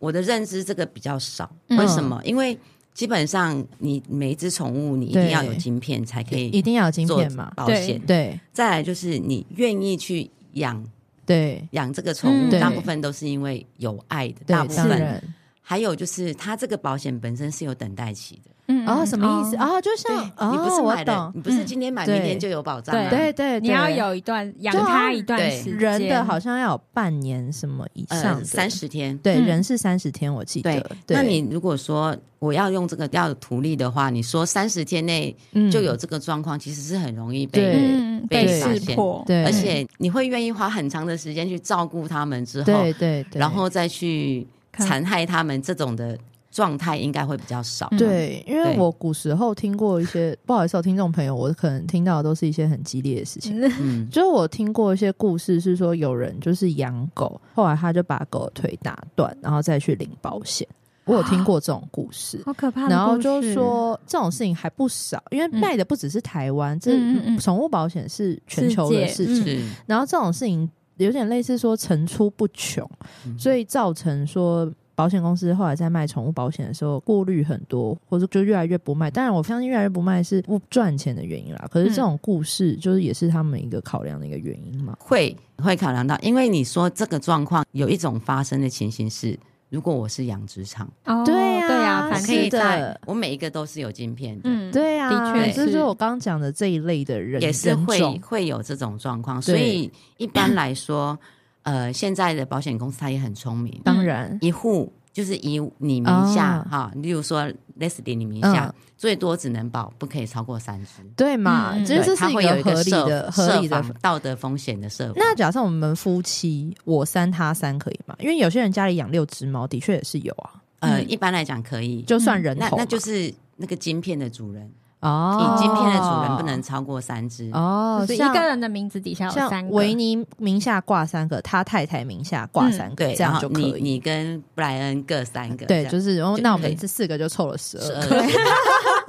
[SPEAKER 3] 我的认知这个比较少，
[SPEAKER 2] 嗯
[SPEAKER 3] 为什么？因为基本上你每一只宠物，你一定
[SPEAKER 1] 对
[SPEAKER 3] 要有晶片才可
[SPEAKER 1] 一
[SPEAKER 3] 以
[SPEAKER 1] 定要有晶
[SPEAKER 3] 做
[SPEAKER 1] 片嘛？
[SPEAKER 3] 保险。
[SPEAKER 1] 对
[SPEAKER 3] 再来就是你愿意去养
[SPEAKER 1] 对
[SPEAKER 3] 养这个宠物，
[SPEAKER 2] 嗯对
[SPEAKER 3] 大部分都是因为有爱的，
[SPEAKER 1] 对，
[SPEAKER 3] 大部
[SPEAKER 1] 当
[SPEAKER 3] 分
[SPEAKER 1] 然
[SPEAKER 3] 还有就是它这个保险本身是有等待期的。
[SPEAKER 2] 嗯
[SPEAKER 1] 哦，什么意思？？哦，就像
[SPEAKER 3] 对，你不
[SPEAKER 1] 哦，
[SPEAKER 3] 是
[SPEAKER 1] 我
[SPEAKER 3] 买的，
[SPEAKER 1] 懂，
[SPEAKER 3] 你不是今天买，
[SPEAKER 1] 对
[SPEAKER 3] 明天就有保障啊。
[SPEAKER 1] 对对，
[SPEAKER 2] 你
[SPEAKER 1] 对
[SPEAKER 2] 要有一段养
[SPEAKER 1] 对啊
[SPEAKER 2] 它一段
[SPEAKER 3] 对
[SPEAKER 2] 时间，
[SPEAKER 1] 人的好像要有半年什么以上
[SPEAKER 3] 呃，
[SPEAKER 1] 的，
[SPEAKER 3] 三十天。
[SPEAKER 1] 对，
[SPEAKER 2] 嗯
[SPEAKER 1] 人是三十天，我记得
[SPEAKER 3] 对。，那你如果说我要用这个要有图利的话，你说三十天内
[SPEAKER 1] 嗯
[SPEAKER 3] 就有这个状况，其实是很容易
[SPEAKER 1] 对
[SPEAKER 3] 被，
[SPEAKER 2] 嗯
[SPEAKER 3] 被
[SPEAKER 2] 被
[SPEAKER 1] 发
[SPEAKER 2] 识
[SPEAKER 3] 现
[SPEAKER 2] 破，
[SPEAKER 1] 对，
[SPEAKER 3] 而且你会愿意花很长的时间去照顾他们之后
[SPEAKER 1] 对，对对，
[SPEAKER 3] 然后再去
[SPEAKER 2] 看
[SPEAKER 3] 残害他们，这种的状态应该会比较少。
[SPEAKER 2] 嗯
[SPEAKER 1] 对，因为
[SPEAKER 3] 对
[SPEAKER 1] 我古时候听过一些，不好意思，我听众朋友，我可能听到的都是一些很激烈的事情。
[SPEAKER 2] 嗯
[SPEAKER 3] 嗯，
[SPEAKER 1] 就是我听过一些故事，是说有人就是养狗，后来他就把狗的腿打断，然后再去领保险。我有听
[SPEAKER 3] 啊
[SPEAKER 1] 过这种故事，
[SPEAKER 2] 好可怕的故事。
[SPEAKER 1] 然后就说这种事情还不少，因为卖的不只是台湾，
[SPEAKER 2] 嗯嗯嗯嗯
[SPEAKER 1] 这宠物保险是全球的事
[SPEAKER 2] 世
[SPEAKER 1] 情
[SPEAKER 2] 界。嗯
[SPEAKER 3] 嗯是
[SPEAKER 1] 然后这种事情有点类似说层出不穷，
[SPEAKER 3] 嗯
[SPEAKER 1] 所以造成说。保险公司后来在卖宠物保险的时候，顾虑很多，或者就越来越不卖。当然，我相信越来越不卖是不赚钱的原因啦。可
[SPEAKER 2] 嗯
[SPEAKER 1] 是这种故事就是也是他们一个考量的一个原因嘛。
[SPEAKER 3] 会会考量到，因为你说这个状况有一种发生的情形是，如果我是养殖场，
[SPEAKER 2] 哦，
[SPEAKER 1] 对啊
[SPEAKER 2] 呀，对呀，反
[SPEAKER 1] 我
[SPEAKER 3] 我可
[SPEAKER 2] 正
[SPEAKER 3] 以
[SPEAKER 1] 是的
[SPEAKER 3] 在我每一个都是有镜片的，
[SPEAKER 2] 嗯，
[SPEAKER 1] 对啊，
[SPEAKER 2] 的确
[SPEAKER 1] 这就是
[SPEAKER 2] 是
[SPEAKER 1] 我刚刚讲的这一类的人，
[SPEAKER 3] 也是
[SPEAKER 1] 人
[SPEAKER 3] 会
[SPEAKER 1] 种
[SPEAKER 3] 会有这种状况，
[SPEAKER 1] 对
[SPEAKER 3] 所以一般来说，呃，现在的保险公司它也很聪明，
[SPEAKER 1] 当
[SPEAKER 2] 嗯
[SPEAKER 1] 然，
[SPEAKER 3] 一户就是以你名下
[SPEAKER 1] 哦
[SPEAKER 3] 哈、例如说 Leslie 你名下、
[SPEAKER 1] 嗯
[SPEAKER 3] 最多只能保不可以超过三只，
[SPEAKER 1] 对嘛？
[SPEAKER 2] 嗯嗯
[SPEAKER 1] 这
[SPEAKER 3] 对
[SPEAKER 1] 这
[SPEAKER 3] 它
[SPEAKER 1] 是一
[SPEAKER 3] 会有
[SPEAKER 1] 个
[SPEAKER 3] 一
[SPEAKER 1] 合
[SPEAKER 3] 个
[SPEAKER 1] 理
[SPEAKER 3] 设
[SPEAKER 1] 的、合理
[SPEAKER 3] 设
[SPEAKER 1] 的
[SPEAKER 3] 防道德风险的设防。
[SPEAKER 1] 那假设我们夫妻，我三他三可以吗？因为有些人家里养六只猫，的确也是有啊，
[SPEAKER 3] 呃，
[SPEAKER 2] 嗯
[SPEAKER 3] 一般来讲可以，
[SPEAKER 1] 就算人
[SPEAKER 3] 那
[SPEAKER 1] 头嘛、
[SPEAKER 3] 那就是那个晶片的主人，
[SPEAKER 1] 哦
[SPEAKER 3] 以，晶片的主人不能超过三只。
[SPEAKER 1] 哦，
[SPEAKER 2] 就是一
[SPEAKER 1] 像
[SPEAKER 2] 个人的名字底下有三
[SPEAKER 1] 像
[SPEAKER 2] 个
[SPEAKER 1] 维尼名下挂三个，他太太名下挂三个，
[SPEAKER 3] 对，
[SPEAKER 1] 这
[SPEAKER 3] 然
[SPEAKER 1] 样
[SPEAKER 3] 后
[SPEAKER 1] 就可
[SPEAKER 3] 你
[SPEAKER 1] 以。
[SPEAKER 3] 你跟布莱恩各三个，
[SPEAKER 1] 对，
[SPEAKER 3] 这样
[SPEAKER 1] 就是哦
[SPEAKER 3] 就
[SPEAKER 1] 那我
[SPEAKER 3] 可以
[SPEAKER 1] 们这四个就呃凑了十二
[SPEAKER 3] 12
[SPEAKER 1] 个，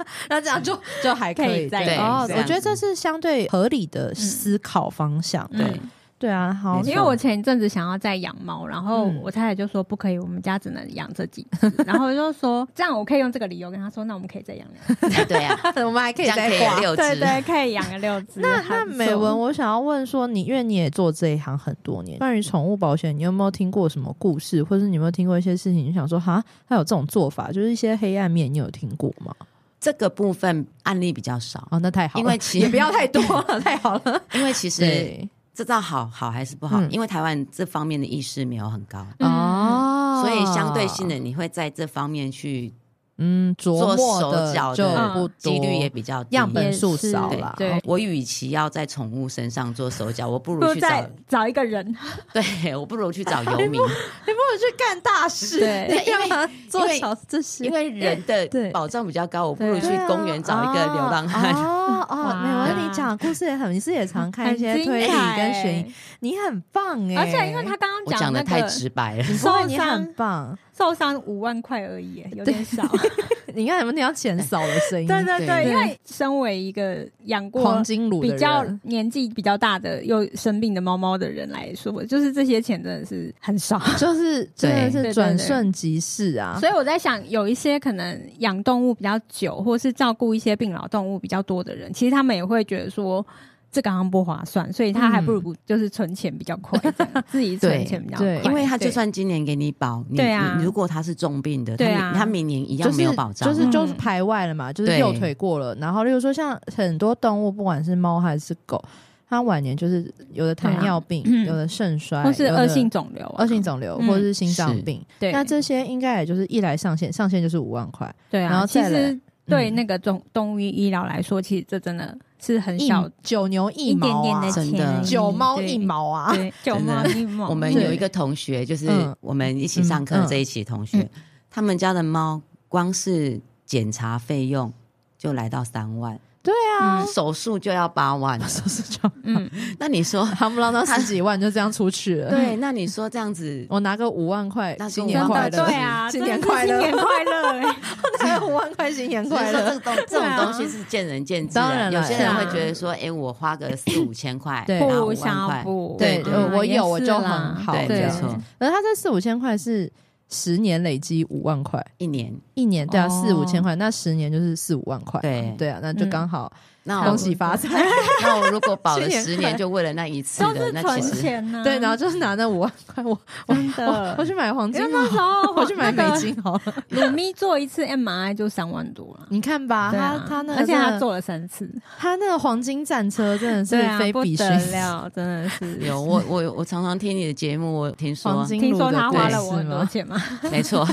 [SPEAKER 1] 那这 样就就还可
[SPEAKER 2] 可
[SPEAKER 1] 以
[SPEAKER 2] 以再
[SPEAKER 1] 对
[SPEAKER 3] 养
[SPEAKER 1] 哦。
[SPEAKER 3] 这
[SPEAKER 1] 我
[SPEAKER 3] 样
[SPEAKER 1] 觉得这是相对合理的思考方向。
[SPEAKER 2] 嗯
[SPEAKER 3] 对
[SPEAKER 1] 对啊，好
[SPEAKER 3] 没错
[SPEAKER 2] 因为我前一阵子想要再养猫，然后
[SPEAKER 1] 嗯
[SPEAKER 2] 我太太就说不可以，我们家只能养这几 只。然后我就说这样我可以用这个理由跟她说，那我们可以再养两只，
[SPEAKER 3] 哎 对啊，
[SPEAKER 1] 我们还可以
[SPEAKER 3] 这样
[SPEAKER 1] 再
[SPEAKER 3] 可以
[SPEAKER 1] 挂
[SPEAKER 3] 有六
[SPEAKER 2] 对
[SPEAKER 3] 只，
[SPEAKER 2] 对，可以养个六只。
[SPEAKER 1] 那
[SPEAKER 2] 还
[SPEAKER 1] 那
[SPEAKER 2] 不错
[SPEAKER 1] 美文，我想要问说你，因为你也做这一行很多年，关于宠物保险，你有没有听过什么故事，或是你有没有听过一些事情？你想说，哈，还有这种做法，就是一些黑暗面，你有听过吗？
[SPEAKER 3] 这个部分案例比较少，
[SPEAKER 1] 哦，那太好了，
[SPEAKER 3] 因为其
[SPEAKER 1] 也不要太 多了，太好了。
[SPEAKER 3] 因为其实
[SPEAKER 1] 对，
[SPEAKER 3] 这道好好还是不好，
[SPEAKER 1] 嗯
[SPEAKER 3] 因为台湾这方面的意识没有很高，
[SPEAKER 2] 嗯
[SPEAKER 1] 哦，
[SPEAKER 3] 所以相对性的你会在这方面去
[SPEAKER 1] 嗯，琢磨
[SPEAKER 3] 做手
[SPEAKER 1] 的
[SPEAKER 3] 脚
[SPEAKER 1] 就
[SPEAKER 3] 的
[SPEAKER 1] 不多，
[SPEAKER 3] 几率也比较低
[SPEAKER 1] 样本
[SPEAKER 2] 是
[SPEAKER 1] 数少啦。哦
[SPEAKER 2] 对对
[SPEAKER 3] 我与其要在宠物身上做手脚，我不
[SPEAKER 2] 不
[SPEAKER 3] 如
[SPEAKER 2] 如
[SPEAKER 3] 去
[SPEAKER 2] 再
[SPEAKER 3] 找，
[SPEAKER 2] 找一个人，
[SPEAKER 3] 对我不如去找游民，
[SPEAKER 1] 你不如去干大事，
[SPEAKER 2] 对
[SPEAKER 1] 你干嘛做
[SPEAKER 3] 因为
[SPEAKER 1] 小这些？
[SPEAKER 3] 因为人
[SPEAKER 1] 对
[SPEAKER 3] 的保障比较高，我不如去
[SPEAKER 1] 对啊
[SPEAKER 3] 公园找一个流浪汉。
[SPEAKER 1] 哦哦，
[SPEAKER 2] 哇
[SPEAKER 1] 美文，你讲的故事也很，你是也常看一些
[SPEAKER 2] 很精
[SPEAKER 1] 推理
[SPEAKER 2] 彩
[SPEAKER 1] 跟悬疑，你很棒哎！
[SPEAKER 2] 而且因为他刚
[SPEAKER 3] 我
[SPEAKER 2] 刚
[SPEAKER 3] 讲的
[SPEAKER 2] 那
[SPEAKER 3] 太
[SPEAKER 2] 个
[SPEAKER 3] 直白了，
[SPEAKER 1] 你不会
[SPEAKER 2] 受
[SPEAKER 1] 你
[SPEAKER 2] 伤
[SPEAKER 1] 很棒，
[SPEAKER 2] 受伤五万块而已，有点少。
[SPEAKER 1] 你看有没有听到钱少的声音？
[SPEAKER 2] 对对
[SPEAKER 3] 对
[SPEAKER 2] 对，因为身为一个养过
[SPEAKER 1] 黄金乳的
[SPEAKER 2] 比
[SPEAKER 1] 人
[SPEAKER 2] 较年纪比较大的又生病的猫猫的人来说，就是这些钱真的是很少。
[SPEAKER 1] 就是真
[SPEAKER 2] 对对
[SPEAKER 1] 的是
[SPEAKER 2] 对
[SPEAKER 1] 转瞬即逝啊！
[SPEAKER 2] 所以我在想，有一些可能养动物比较久，或是照顾一些病老动物比较多的人，其实他们也会觉得说。这个好像不划算，所以他还不如就是存钱比较快，这样自己存钱比较快
[SPEAKER 1] 对，
[SPEAKER 3] 嗯因为他就算今年给你保，你
[SPEAKER 2] 对啊
[SPEAKER 3] 你如果他是重病的，
[SPEAKER 2] 对啊
[SPEAKER 3] 他明他明年一
[SPEAKER 1] 就
[SPEAKER 3] 样
[SPEAKER 1] 是
[SPEAKER 3] 没有保障，
[SPEAKER 1] 就是
[SPEAKER 2] 嗯
[SPEAKER 1] 就是排外了嘛，就是
[SPEAKER 3] 对
[SPEAKER 1] 右腿过了。然后，例如说像很多动物，不管是猫还是狗，它晚年就是有的糖尿病，
[SPEAKER 2] 对啊嗯
[SPEAKER 1] 有的肾衰，
[SPEAKER 2] 对或是
[SPEAKER 1] 有的
[SPEAKER 2] 恶性肿瘤啊、
[SPEAKER 1] 恶性肿瘤，
[SPEAKER 2] 嗯
[SPEAKER 1] 或者是心脏病。
[SPEAKER 2] 对，
[SPEAKER 1] 那这些应该也就是一来上线，上线就是五万块。
[SPEAKER 2] 对啊，
[SPEAKER 1] 然后
[SPEAKER 2] 其
[SPEAKER 1] 再来
[SPEAKER 2] 实对
[SPEAKER 1] 嗯
[SPEAKER 2] 那个动动物医疗来说，其实这真的是很
[SPEAKER 1] 一
[SPEAKER 2] 小
[SPEAKER 1] 九牛一
[SPEAKER 2] 一点
[SPEAKER 1] 毛
[SPEAKER 2] 点
[SPEAKER 1] 啊
[SPEAKER 2] 的，
[SPEAKER 3] 真
[SPEAKER 2] 钱而
[SPEAKER 3] 的
[SPEAKER 2] 已，
[SPEAKER 1] 九猫
[SPEAKER 2] 对
[SPEAKER 1] 一，毛啊，
[SPEAKER 2] 对，九
[SPEAKER 3] 真的
[SPEAKER 2] 猫一毛。
[SPEAKER 3] 我们
[SPEAKER 1] 对
[SPEAKER 3] 有一个同学，就是
[SPEAKER 1] 嗯
[SPEAKER 3] 我们一起上课
[SPEAKER 1] 嗯
[SPEAKER 3] 这一期同学，
[SPEAKER 2] 嗯
[SPEAKER 3] 他们家的猫光是检查费用就来到三万，
[SPEAKER 1] 对啊，
[SPEAKER 3] 手术就要八万。
[SPEAKER 1] 都是这样。
[SPEAKER 2] 嗯，
[SPEAKER 3] 那 你说，
[SPEAKER 1] 他们浪当十几万就这样出去了。
[SPEAKER 3] 对，那你说这 样子，
[SPEAKER 1] 我拿个五万块，
[SPEAKER 3] 那是
[SPEAKER 1] 新
[SPEAKER 3] 五
[SPEAKER 1] 年
[SPEAKER 3] 万
[SPEAKER 1] 快
[SPEAKER 3] 块
[SPEAKER 1] 乐，
[SPEAKER 3] 的
[SPEAKER 2] 对 啊，
[SPEAKER 1] 新
[SPEAKER 2] 真的
[SPEAKER 1] 年
[SPEAKER 2] 是
[SPEAKER 1] 快乐
[SPEAKER 2] 新年快 乐，哎
[SPEAKER 1] 拿五万块新年
[SPEAKER 3] 所以
[SPEAKER 1] 快
[SPEAKER 3] 说
[SPEAKER 1] 乐
[SPEAKER 3] 这。种这
[SPEAKER 2] 对
[SPEAKER 3] 种
[SPEAKER 2] 啊
[SPEAKER 3] 东西是见仁见智
[SPEAKER 1] 当然
[SPEAKER 3] 啊。
[SPEAKER 1] 了
[SPEAKER 3] 有些人
[SPEAKER 2] 是啊
[SPEAKER 3] 会觉得说，哎，我花个四五千块，
[SPEAKER 1] 对
[SPEAKER 3] 拿
[SPEAKER 2] 不
[SPEAKER 3] 五万
[SPEAKER 2] 想
[SPEAKER 3] 块，
[SPEAKER 2] 不，
[SPEAKER 1] 对
[SPEAKER 2] 嗯
[SPEAKER 1] 呃我
[SPEAKER 2] 也
[SPEAKER 1] 有我
[SPEAKER 2] 是
[SPEAKER 1] 就
[SPEAKER 2] 啦
[SPEAKER 1] 很好
[SPEAKER 3] 对，
[SPEAKER 1] 这
[SPEAKER 3] 没
[SPEAKER 1] 样
[SPEAKER 3] 错，
[SPEAKER 1] 而他这四五千块是十年累积五万块，
[SPEAKER 3] 一年
[SPEAKER 1] 一年对啊
[SPEAKER 2] 哦嗯
[SPEAKER 1] 四五千块，那十年就是四五万块。
[SPEAKER 3] 对
[SPEAKER 1] 对啊，那就刚好
[SPEAKER 3] 那
[SPEAKER 1] 恭
[SPEAKER 3] 我
[SPEAKER 1] 喜发财。
[SPEAKER 3] 那我如果保
[SPEAKER 1] 新
[SPEAKER 3] 了
[SPEAKER 1] 年
[SPEAKER 3] 十
[SPEAKER 1] 快
[SPEAKER 3] 年，就为了那一次
[SPEAKER 2] 都
[SPEAKER 3] 的，
[SPEAKER 2] 是
[SPEAKER 3] 那
[SPEAKER 2] 存
[SPEAKER 3] 其实
[SPEAKER 2] 钱呢、
[SPEAKER 1] 对，然后就是拿那五万块，我
[SPEAKER 2] 嗯真
[SPEAKER 1] 我
[SPEAKER 2] 的
[SPEAKER 1] 我，去买黄金
[SPEAKER 2] 因为那
[SPEAKER 1] 好了
[SPEAKER 2] 时候
[SPEAKER 1] 我去买美
[SPEAKER 2] 那个
[SPEAKER 1] 金好了。
[SPEAKER 2] 鲁咪做一次 MRI 就三万多了。
[SPEAKER 1] 你看吧，
[SPEAKER 2] 对啊
[SPEAKER 1] 他他那个
[SPEAKER 2] 而且
[SPEAKER 1] 真的
[SPEAKER 2] 他做了三次，
[SPEAKER 1] 他那个黄金战车真的是
[SPEAKER 2] 对啊，
[SPEAKER 1] 非
[SPEAKER 2] 不
[SPEAKER 1] 比
[SPEAKER 2] 得
[SPEAKER 1] 谁。
[SPEAKER 2] 了，真的是。
[SPEAKER 3] 有我我我常常听你的节目，我听
[SPEAKER 1] 黄
[SPEAKER 3] 说
[SPEAKER 1] 金
[SPEAKER 2] 听说他
[SPEAKER 1] 路的
[SPEAKER 2] 花
[SPEAKER 1] 对
[SPEAKER 2] 了我很
[SPEAKER 1] 是
[SPEAKER 2] 多
[SPEAKER 1] 吗
[SPEAKER 2] 钱嘛，
[SPEAKER 3] 没错，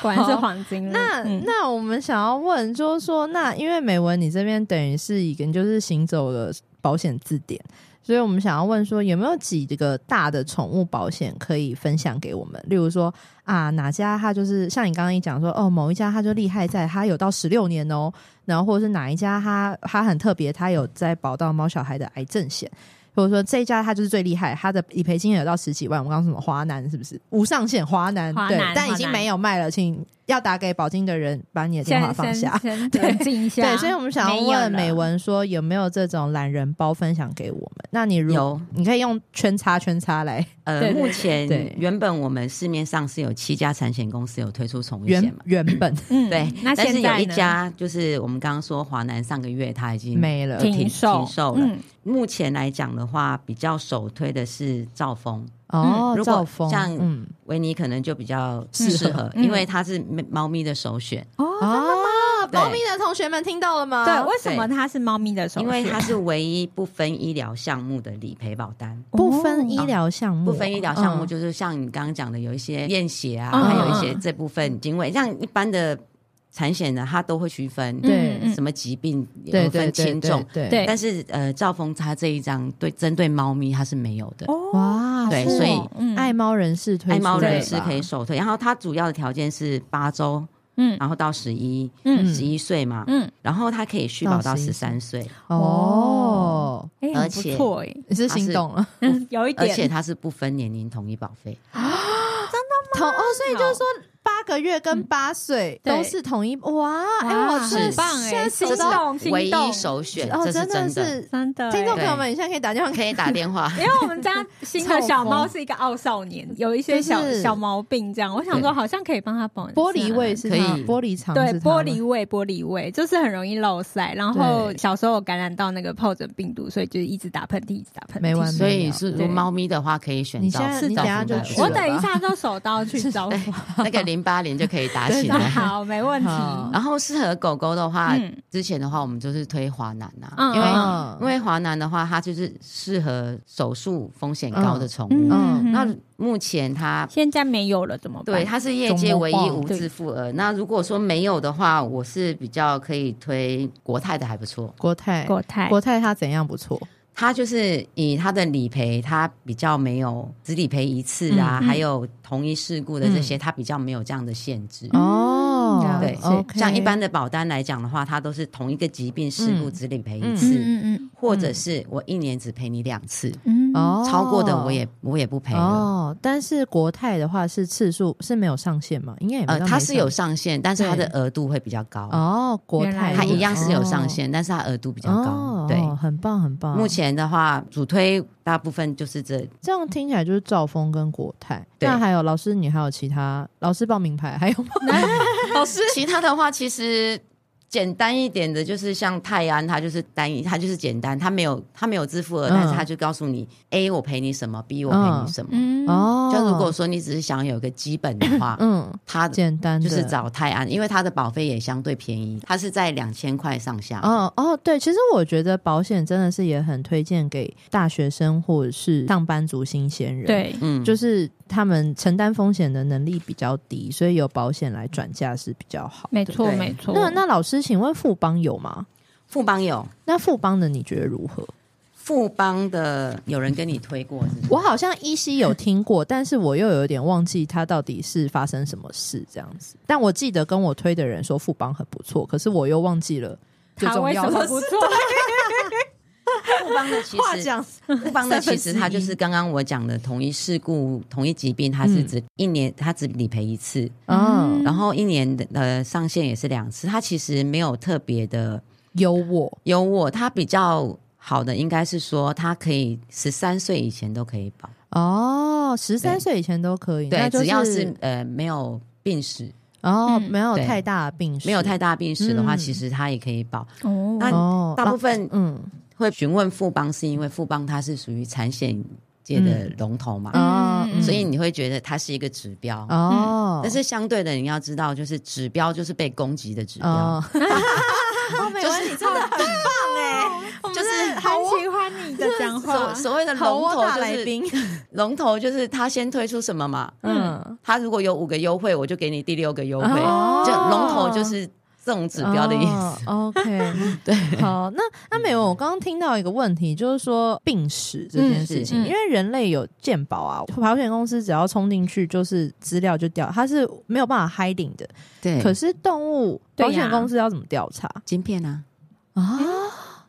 [SPEAKER 2] 果然是
[SPEAKER 1] 好
[SPEAKER 2] 黄金路。
[SPEAKER 1] 那、
[SPEAKER 2] 嗯
[SPEAKER 1] 那我们想要问，就是说，那因为美文你这边等于是一个你就是行走的保险字典，所以我们想要问说，有没有几个大的宠物保险可以分享给我们？例如说啊，哪家它就是像你刚刚一讲说，哦，某一家它就厉害在它有到十六年哦，然后或者是哪一家它它很特别，它有在保到猫小孩的癌症险。或者说这一家它就是最厉害，它的理赔金额有到十几万。我们刚刚说什么华南是不是无上限？华南
[SPEAKER 2] 华
[SPEAKER 1] 对
[SPEAKER 2] 南，
[SPEAKER 1] 但已
[SPEAKER 2] 华
[SPEAKER 1] 经
[SPEAKER 2] 南
[SPEAKER 1] 没有卖了，请要打给保金的人把你的电话
[SPEAKER 2] 先
[SPEAKER 1] 放
[SPEAKER 2] 先
[SPEAKER 1] 下。
[SPEAKER 2] 先
[SPEAKER 1] 对
[SPEAKER 2] 冷静一下。
[SPEAKER 1] 对，所以我们想要
[SPEAKER 2] 没有了
[SPEAKER 1] 问美文说有没有这种懒人包分享给我们？那你如
[SPEAKER 3] 有
[SPEAKER 1] 你可以用圈叉圈叉来
[SPEAKER 3] 呃
[SPEAKER 2] 对，对
[SPEAKER 3] 目
[SPEAKER 2] 对
[SPEAKER 3] 前
[SPEAKER 1] 对
[SPEAKER 3] 原本我们市面上是有七家产险公司有推出宠物险
[SPEAKER 1] 原
[SPEAKER 3] 嘛，
[SPEAKER 1] 原本
[SPEAKER 2] 嗯
[SPEAKER 3] 对，
[SPEAKER 2] 那
[SPEAKER 3] 但
[SPEAKER 2] 现
[SPEAKER 3] 是
[SPEAKER 2] 在
[SPEAKER 3] 有
[SPEAKER 2] 呢
[SPEAKER 3] 一家就是我们刚刚说华南上个月它已经
[SPEAKER 1] 没了
[SPEAKER 3] 停
[SPEAKER 2] 停售嗯
[SPEAKER 3] 停售了。目前来讲的话，比较首推的是兆丰。
[SPEAKER 1] 哦
[SPEAKER 3] 嗯。如果
[SPEAKER 1] 赵峰，
[SPEAKER 3] 像
[SPEAKER 1] 嗯
[SPEAKER 3] 维尼可能就比较
[SPEAKER 1] 适合
[SPEAKER 3] 适合，
[SPEAKER 2] 嗯
[SPEAKER 3] 因为它是猫咪的首选，
[SPEAKER 2] 哦，
[SPEAKER 1] 啊，
[SPEAKER 3] 对
[SPEAKER 1] 猫咪的同学们听到了吗？
[SPEAKER 2] 对，为什么它是猫咪的首选？
[SPEAKER 3] 因为它是唯一不分医疗项目的理赔保单。
[SPEAKER 1] 不分医疗项目，
[SPEAKER 3] 不分医疗项目，
[SPEAKER 1] 嗯
[SPEAKER 3] 就是像你刚刚讲的，有一些验血啊，
[SPEAKER 2] 嗯
[SPEAKER 3] 还有一些这部分因为像一般的产险呢，它都会区分
[SPEAKER 1] 对
[SPEAKER 2] 嗯嗯
[SPEAKER 3] 什么疾病
[SPEAKER 1] 对
[SPEAKER 3] 有
[SPEAKER 1] 对
[SPEAKER 3] 分
[SPEAKER 1] 对
[SPEAKER 3] 轻重
[SPEAKER 1] 对，对
[SPEAKER 2] 对
[SPEAKER 3] 但是呃，兆丰它这一张对针对猫咪它是没有的。
[SPEAKER 2] 哦，
[SPEAKER 1] 哇，
[SPEAKER 3] 对
[SPEAKER 1] 是
[SPEAKER 3] 所以
[SPEAKER 1] 哦
[SPEAKER 2] 嗯
[SPEAKER 1] 爱猫人士推
[SPEAKER 3] 爱猫人
[SPEAKER 1] 出
[SPEAKER 3] 士
[SPEAKER 1] 来吧
[SPEAKER 3] 可以首推，然后它主要的条件是八周，
[SPEAKER 2] 嗯
[SPEAKER 3] 然后到十一、
[SPEAKER 2] 嗯
[SPEAKER 3] 十一岁嘛，
[SPEAKER 2] 嗯，
[SPEAKER 3] 然后它可以续保
[SPEAKER 1] 到
[SPEAKER 3] 到
[SPEAKER 1] 11
[SPEAKER 3] 十三岁，
[SPEAKER 1] 哦，
[SPEAKER 2] 哎，很
[SPEAKER 3] 而
[SPEAKER 2] 不
[SPEAKER 3] 且
[SPEAKER 2] 错哎，
[SPEAKER 1] 你是心动了。
[SPEAKER 2] 嗯，有一
[SPEAKER 3] 而
[SPEAKER 2] 点，
[SPEAKER 3] 且它是不分年龄统一保费。
[SPEAKER 1] 同哦，所以就是说八个月跟
[SPEAKER 3] 嗯
[SPEAKER 1] 八岁
[SPEAKER 2] 对
[SPEAKER 1] 都是同一哇，哎，我
[SPEAKER 2] 哇
[SPEAKER 1] 真
[SPEAKER 2] 啊
[SPEAKER 1] 的
[SPEAKER 2] 很棒
[SPEAKER 1] 现在
[SPEAKER 2] 哎，
[SPEAKER 1] 手
[SPEAKER 2] 心
[SPEAKER 1] 机
[SPEAKER 2] 动
[SPEAKER 3] 唯
[SPEAKER 2] 心
[SPEAKER 3] 一
[SPEAKER 2] 动，
[SPEAKER 3] 首选，
[SPEAKER 1] 哦，
[SPEAKER 3] 这是
[SPEAKER 1] 的
[SPEAKER 3] 真的。
[SPEAKER 1] 是
[SPEAKER 2] 真的
[SPEAKER 1] 听众
[SPEAKER 2] 哎，
[SPEAKER 1] 朋友们，你现在可以打电话
[SPEAKER 3] 可以打电话
[SPEAKER 2] 因为我们家新的小猫是一个傲少年，有一些小
[SPEAKER 1] 就是
[SPEAKER 2] 小毛病，这样我想说好像可以帮他保
[SPEAKER 1] 玻璃胃是
[SPEAKER 3] 可以
[SPEAKER 1] 它玻璃肠
[SPEAKER 2] 对
[SPEAKER 1] 是它吗
[SPEAKER 2] 玻璃胃玻璃胃就是很容易漏塞，然后
[SPEAKER 1] 对
[SPEAKER 2] 小时候我感染到那个疱疹病毒，所以就一直打喷嚏，一直打喷嚏。
[SPEAKER 1] 没完
[SPEAKER 3] 所以是
[SPEAKER 2] 对
[SPEAKER 3] 如猫咪的话可以选
[SPEAKER 1] 你
[SPEAKER 3] 到
[SPEAKER 1] 现在
[SPEAKER 3] 是
[SPEAKER 1] 你
[SPEAKER 3] 到
[SPEAKER 1] 等下
[SPEAKER 3] 福
[SPEAKER 1] 就
[SPEAKER 3] 袋
[SPEAKER 1] 去
[SPEAKER 3] 屋
[SPEAKER 2] 我
[SPEAKER 1] 了
[SPEAKER 2] 等一下就手刀去招呼。
[SPEAKER 3] 那个零八零就可以打起
[SPEAKER 2] 那
[SPEAKER 3] 来。
[SPEAKER 2] 好，没问题。
[SPEAKER 1] 好
[SPEAKER 3] 然后适合狗狗的话
[SPEAKER 2] 嗯，
[SPEAKER 3] 之前的话我们就是推华南啊，
[SPEAKER 2] 嗯
[SPEAKER 3] 因为
[SPEAKER 1] 嗯
[SPEAKER 3] 因为华南的话它就是适合手术风险高的宠
[SPEAKER 2] 嗯
[SPEAKER 3] 物。
[SPEAKER 1] 嗯
[SPEAKER 3] 那目前它
[SPEAKER 2] 现在没有了怎么办？
[SPEAKER 3] 对它是业界唯一无自付额。那如果说没有的话，我是比较可以推国泰的还不错。
[SPEAKER 1] 国泰
[SPEAKER 2] 国泰
[SPEAKER 1] 国泰它怎样不错？
[SPEAKER 3] 它就是以它的理赔，它比较没有只理赔一次啊，
[SPEAKER 2] 嗯嗯
[SPEAKER 3] 还有同一事故的这些，它比较没有这样的限制。
[SPEAKER 2] 嗯
[SPEAKER 1] 嗯哦
[SPEAKER 2] 了，
[SPEAKER 3] 对
[SPEAKER 2] 解
[SPEAKER 1] ，OK
[SPEAKER 3] 像一般的保单来讲的话，它都是同一个疾病事故只理赔一
[SPEAKER 2] 嗯
[SPEAKER 3] 次，
[SPEAKER 2] 嗯
[SPEAKER 3] 或者是我一年只赔你两次，
[SPEAKER 2] 嗯嗯
[SPEAKER 1] 哦，
[SPEAKER 3] 超过的我也我也不赔了。
[SPEAKER 1] 哦，但是国泰的话是次数是没有上限嘛？应该也没
[SPEAKER 3] 呃，
[SPEAKER 1] 到
[SPEAKER 3] 它
[SPEAKER 1] 没
[SPEAKER 3] 是
[SPEAKER 1] 上
[SPEAKER 3] 有上限，但是它的
[SPEAKER 1] 对
[SPEAKER 3] 额度会比较高。
[SPEAKER 1] 哦，国
[SPEAKER 2] 原来
[SPEAKER 1] 泰
[SPEAKER 3] 它
[SPEAKER 2] 如此
[SPEAKER 3] 一样是有上
[SPEAKER 1] 哦
[SPEAKER 3] 限，但是它额度比较高。
[SPEAKER 1] 哦，
[SPEAKER 3] 对，
[SPEAKER 1] 很棒很棒。
[SPEAKER 3] 目前的话，主推大部分就是这
[SPEAKER 1] 这样听起来就是兆丰跟国泰。
[SPEAKER 3] 对
[SPEAKER 1] 那还有老师，你还有其他老师报名牌还有吗？
[SPEAKER 3] 老师，其他的话其实简单一点的，就是像泰安，它就是单一，它就是简单，它没有它没有支付额，
[SPEAKER 1] 嗯
[SPEAKER 3] 但是它就告诉你 A 我赔你什么，B 我赔你什么。
[SPEAKER 2] 嗯
[SPEAKER 1] 哦，
[SPEAKER 3] 就如果说你只是想有一个基本的话，
[SPEAKER 1] 嗯
[SPEAKER 3] 它
[SPEAKER 1] 简单的
[SPEAKER 3] 就是找泰安，因为它的保费也相对便宜，它是在两千块上下。
[SPEAKER 1] 哦哦，对，其实我觉得保险真的是也很推荐给大学生或者是上班族新鲜人，，
[SPEAKER 2] 对，
[SPEAKER 3] 嗯，
[SPEAKER 1] 就是他们承担风险的能力比较低，所以有保险来转嫁是比较好。
[SPEAKER 2] 没错
[SPEAKER 3] 对
[SPEAKER 2] 没错。
[SPEAKER 1] 那那老师，请问富邦有吗？
[SPEAKER 3] 富邦有。
[SPEAKER 1] 那富邦的你觉得如何？
[SPEAKER 3] 富邦的有人跟你推过是 不是
[SPEAKER 1] 我好像依稀有听 过，但是我又有点忘记它到底是发生什么事这样子。但我记得跟我推的人说富邦很不错，可是我又忘记了最
[SPEAKER 2] 他
[SPEAKER 1] 重
[SPEAKER 2] 为
[SPEAKER 1] 要
[SPEAKER 2] 什
[SPEAKER 1] 的
[SPEAKER 2] 么
[SPEAKER 1] 事
[SPEAKER 2] 不做？
[SPEAKER 3] 富邦的其
[SPEAKER 1] 话
[SPEAKER 3] 实
[SPEAKER 1] 讲
[SPEAKER 3] 富邦的其实它就是刚刚我讲的同一事故、同一疾病，它是只一年，它只理赔一次。
[SPEAKER 1] 嗯
[SPEAKER 3] 然后一年的呃上限也是两次，它其实没有特别的
[SPEAKER 1] 有我
[SPEAKER 3] 优渥，它比较好的应该是说它可以十三岁以前都可以保，
[SPEAKER 1] 哦，十三岁以前都可以，那
[SPEAKER 3] 对，
[SPEAKER 1] 就是
[SPEAKER 3] 只要是呃没有病史，
[SPEAKER 1] 哦，
[SPEAKER 2] 嗯
[SPEAKER 1] 没有
[SPEAKER 3] 对
[SPEAKER 1] 太大的病史，
[SPEAKER 3] 没有太大病史的话，
[SPEAKER 1] 嗯
[SPEAKER 3] 其实它也可以保。
[SPEAKER 2] 哦
[SPEAKER 3] 那
[SPEAKER 1] 哦，
[SPEAKER 3] 大部分
[SPEAKER 1] 嗯
[SPEAKER 3] 会询问富邦，是因为富邦它是属于产险界的
[SPEAKER 1] 嗯
[SPEAKER 3] 龙头嘛，
[SPEAKER 1] 哦，
[SPEAKER 2] 嗯
[SPEAKER 3] 所以你会觉得它是一个指标。
[SPEAKER 1] 哦，
[SPEAKER 3] 但是相对的，你要知道，就是指标就是被攻击的指标。
[SPEAKER 1] 哦，
[SPEAKER 2] 哦，美文你真的很棒哎，
[SPEAKER 3] 就是
[SPEAKER 2] 很喜欢你的讲话
[SPEAKER 3] 所，所谓的
[SPEAKER 1] 好
[SPEAKER 3] 龙
[SPEAKER 1] 哦
[SPEAKER 3] 头
[SPEAKER 1] 大
[SPEAKER 3] 就
[SPEAKER 1] 来
[SPEAKER 3] 是
[SPEAKER 1] 宾，
[SPEAKER 3] 龙头，就是他先推出什么嘛？
[SPEAKER 1] 嗯，
[SPEAKER 3] 他如果有五个优惠，我就给你第六个优惠。
[SPEAKER 1] 哦
[SPEAKER 3] 就龙头就是这种指标的意思。
[SPEAKER 1] 哦 OK，对，好，那那美文，我刚刚听到一个问题，就是说病史这件事情，
[SPEAKER 2] 嗯是嗯
[SPEAKER 1] 因为人类有健保啊，保险公司只要冲进去就是资料就掉，它是没有办法 hiding 的。
[SPEAKER 3] 对
[SPEAKER 1] 可是动物
[SPEAKER 2] 对
[SPEAKER 1] 保
[SPEAKER 2] 呀
[SPEAKER 1] 险公司要怎么调查
[SPEAKER 3] 晶片啊，
[SPEAKER 1] 啊？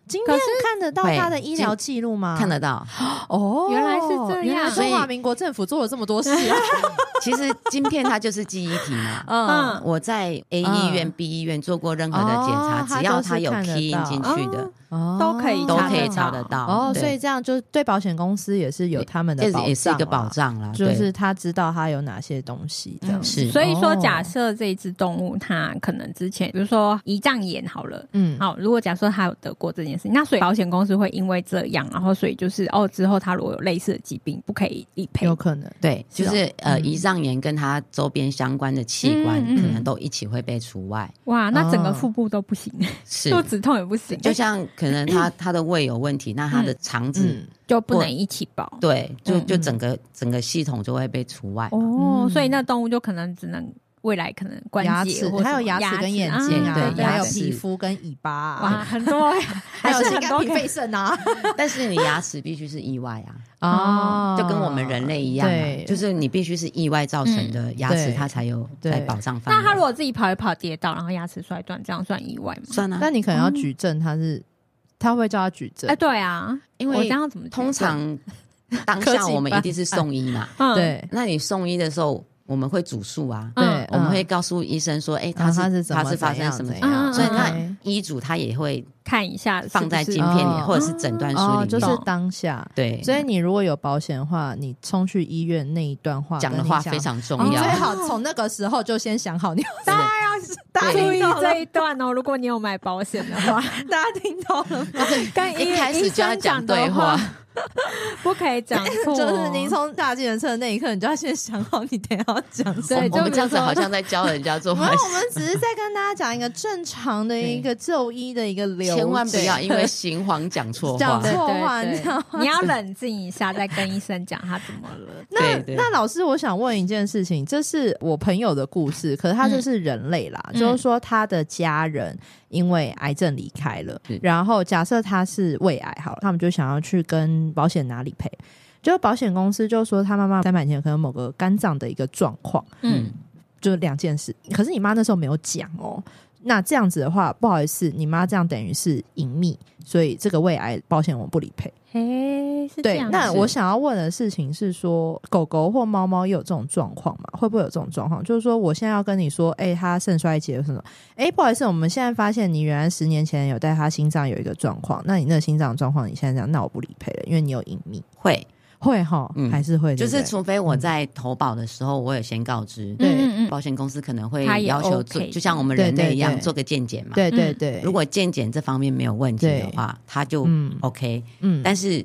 [SPEAKER 1] 今天
[SPEAKER 2] 可是
[SPEAKER 1] 看得到
[SPEAKER 3] 会
[SPEAKER 1] 它的医疗记录吗？
[SPEAKER 3] 看得到。
[SPEAKER 1] 哦，
[SPEAKER 2] 原来是这样
[SPEAKER 1] 原来中
[SPEAKER 3] 所
[SPEAKER 1] 华
[SPEAKER 3] 以
[SPEAKER 1] 民国政府做了这么多事啊！
[SPEAKER 3] 其实晶片它就是记忆体 嘛。
[SPEAKER 1] 嗯
[SPEAKER 2] 嗯
[SPEAKER 3] 啊我在 A 医院、B 医院做过任何的检查，
[SPEAKER 1] 啊哦
[SPEAKER 3] 只要它有
[SPEAKER 1] 它都是
[SPEAKER 3] key
[SPEAKER 1] 看得
[SPEAKER 3] in
[SPEAKER 1] 到
[SPEAKER 3] 进去的，
[SPEAKER 1] 哦
[SPEAKER 2] 都可以
[SPEAKER 3] 都可以
[SPEAKER 2] 查
[SPEAKER 3] 查
[SPEAKER 2] 得到
[SPEAKER 3] 得到。
[SPEAKER 1] 哦，
[SPEAKER 3] 对
[SPEAKER 1] 所以这样就是对保险公司也是有他们的
[SPEAKER 3] 这
[SPEAKER 1] 保障、啊，
[SPEAKER 3] 也是一个保，障啦。
[SPEAKER 1] 就
[SPEAKER 3] 对嗯
[SPEAKER 1] 是他知道他有哪些东西这样子。
[SPEAKER 3] 是
[SPEAKER 2] 所以说，
[SPEAKER 1] 哦
[SPEAKER 2] 假设这一只动物它可能之前，比如说胰脏炎好了。
[SPEAKER 1] 嗯，
[SPEAKER 2] 好，如果假设它有得过这件事情，那所以保险公司会因为这样，然后所以就是哦，之后它如果有类似的疾病，不可以理赔
[SPEAKER 1] 有。可能。
[SPEAKER 3] 对，就是是呃，
[SPEAKER 1] 嗯
[SPEAKER 3] 胰脏炎跟它周边相关的器
[SPEAKER 2] 嗯
[SPEAKER 3] 官
[SPEAKER 2] 嗯嗯嗯
[SPEAKER 3] 可能都一起会被除外。
[SPEAKER 2] 哇，那整个
[SPEAKER 1] 哦
[SPEAKER 2] 腹部都不行，
[SPEAKER 3] 是
[SPEAKER 2] 肚，子痛也不行，
[SPEAKER 3] 就像可能 它它的胃有问题，那它的肠子
[SPEAKER 1] 哎嗯，
[SPEAKER 2] 就不能一起保。
[SPEAKER 3] 对，就
[SPEAKER 2] 嗯
[SPEAKER 3] 就整个整个系统就会被除外。
[SPEAKER 2] 哦
[SPEAKER 1] 嗯，
[SPEAKER 2] 所以那动物就可能只能未来可能关
[SPEAKER 1] 牙
[SPEAKER 2] 节
[SPEAKER 1] 齿
[SPEAKER 2] 或什么，
[SPEAKER 1] 还有牙齿跟眼睛
[SPEAKER 3] 啊对
[SPEAKER 1] 对，还有
[SPEAKER 3] 牙齿
[SPEAKER 1] 皮肤跟尾巴啊，
[SPEAKER 2] 哇，很多欸，
[SPEAKER 1] 还有
[SPEAKER 2] 是
[SPEAKER 1] 心
[SPEAKER 2] 很
[SPEAKER 1] 肝
[SPEAKER 2] 多
[SPEAKER 1] 脾
[SPEAKER 2] 可以哦
[SPEAKER 1] 肺肾啊，
[SPEAKER 3] 但是你牙齿必须是意外啊，
[SPEAKER 1] 哦，
[SPEAKER 3] 就跟我们人类一样、啊
[SPEAKER 1] 对，嗯
[SPEAKER 3] 就是你必须是意外造成的牙齿，它才有
[SPEAKER 1] 对
[SPEAKER 3] 在保障范围。
[SPEAKER 2] 那他如果自己跑一跑跌倒，然后牙齿摔断，这样算意外吗？
[SPEAKER 3] 算了、啊
[SPEAKER 1] 那你可能要举证，他是他会叫他举证
[SPEAKER 2] 嗯哎、，对啊，
[SPEAKER 3] 因
[SPEAKER 2] 我这
[SPEAKER 3] 为
[SPEAKER 2] 样怎么
[SPEAKER 3] 通常当
[SPEAKER 1] 科技啊
[SPEAKER 3] 下我们
[SPEAKER 1] 办
[SPEAKER 3] 一定是送医嘛，
[SPEAKER 2] 嗯，
[SPEAKER 1] 对
[SPEAKER 3] 那你送医的时候，我们会主诉啊。
[SPEAKER 1] 对
[SPEAKER 2] 嗯，
[SPEAKER 3] 我们会告诉医生说，哎、
[SPEAKER 1] 然
[SPEAKER 3] 他
[SPEAKER 1] 后
[SPEAKER 3] 是、
[SPEAKER 1] 啊他是怎么
[SPEAKER 3] 他是发生什么
[SPEAKER 1] 怎样
[SPEAKER 3] 情况，
[SPEAKER 2] 嗯
[SPEAKER 3] 所以他
[SPEAKER 1] 嗯
[SPEAKER 3] 医嘱他也会
[SPEAKER 2] 看一下是不啊是
[SPEAKER 3] 放在镜片里，
[SPEAKER 1] 哦
[SPEAKER 3] 或者是诊断书里面。
[SPEAKER 1] 哦，
[SPEAKER 2] 嗯
[SPEAKER 1] 就是当下。
[SPEAKER 3] 对，
[SPEAKER 1] 所以你如果有保险的话，你冲去医院那一段话
[SPEAKER 3] 讲的
[SPEAKER 1] 跟你
[SPEAKER 3] 话非常重
[SPEAKER 1] 你
[SPEAKER 3] 要。
[SPEAKER 1] 最好从那个时候就先想好，你要
[SPEAKER 2] 大家要
[SPEAKER 1] 大家
[SPEAKER 2] 注
[SPEAKER 1] 听
[SPEAKER 2] 意
[SPEAKER 1] 到
[SPEAKER 2] 这
[SPEAKER 1] 了，
[SPEAKER 2] 一段哦。如果你有买保险的话，
[SPEAKER 1] 大家听到了吗？
[SPEAKER 2] 跟医
[SPEAKER 3] 一开始就要
[SPEAKER 2] 医生讲
[SPEAKER 3] 对
[SPEAKER 2] 的话，，不可以讲错哦、
[SPEAKER 1] 就是您从下计程车的那一刻，你就要先想好你等一下要讲什
[SPEAKER 2] 对
[SPEAKER 1] 么。
[SPEAKER 3] 我
[SPEAKER 2] 就
[SPEAKER 3] 们这样子
[SPEAKER 2] 比如说
[SPEAKER 3] 好像在教人家做
[SPEAKER 1] 没有，
[SPEAKER 3] 坏
[SPEAKER 1] 我
[SPEAKER 3] 事。
[SPEAKER 1] 们只是在跟大家讲一个正常的一个就医的一个流程，
[SPEAKER 3] 千万不要因 为行谎讲错话
[SPEAKER 1] 讲。
[SPEAKER 2] 对
[SPEAKER 1] 错话
[SPEAKER 2] 对
[SPEAKER 1] 你知道吗
[SPEAKER 2] 对，你要冷静一下，再跟医生讲他怎么了。
[SPEAKER 1] 那
[SPEAKER 3] 对对
[SPEAKER 1] 那老师，我想问一件事情，这是我朋友的故事，可是他就是人类啦，
[SPEAKER 2] 嗯
[SPEAKER 1] 就是说他的家人因为癌症离开了，
[SPEAKER 3] 是
[SPEAKER 1] 然后假设他是胃癌好了，他们就想要去跟保险拿理赔，就保险公司就说他妈妈三百年前可能某个肝脏的一个状况，
[SPEAKER 2] 嗯
[SPEAKER 3] 嗯，
[SPEAKER 1] 就两件事，可是你妈那时候没有讲哦。那这样子的话，不好意思，你妈这样等于是隐秘，所以这个胃癌保险我们不理赔。
[SPEAKER 2] 嘿，是这
[SPEAKER 1] 对
[SPEAKER 2] 样，子。嗯
[SPEAKER 1] 那我想要问的事情是说，狗狗或猫猫也有这种状况吗？会不会有这种状况？就是说，我现在要跟你说，哎、它肾衰竭什么？哎、不好意思，我们现在发现你原来十年前有带它心脏有一个状况，那你那个心脏状况你现在这样，那我不理赔了，因为你有隐秘，
[SPEAKER 3] 会，
[SPEAKER 1] 会哈，
[SPEAKER 3] 嗯
[SPEAKER 1] 还是会，
[SPEAKER 3] 就
[SPEAKER 1] 对
[SPEAKER 3] 是
[SPEAKER 1] 不对
[SPEAKER 3] 除非我在投保的时候，我有先告知，
[SPEAKER 1] 对
[SPEAKER 2] 嗯嗯嗯
[SPEAKER 3] 保险公司可能会
[SPEAKER 2] 他也
[SPEAKER 3] 要求做
[SPEAKER 2] OK，
[SPEAKER 3] 就像我们
[SPEAKER 1] 对
[SPEAKER 3] 人类
[SPEAKER 1] 对
[SPEAKER 3] 一样
[SPEAKER 1] 对
[SPEAKER 3] 做个健检嘛。
[SPEAKER 1] 对对
[SPEAKER 2] 嗯
[SPEAKER 1] 对，
[SPEAKER 3] 如果健检这方面没有问题的话，他就
[SPEAKER 1] 嗯
[SPEAKER 3] OK，
[SPEAKER 1] 嗯
[SPEAKER 3] 但是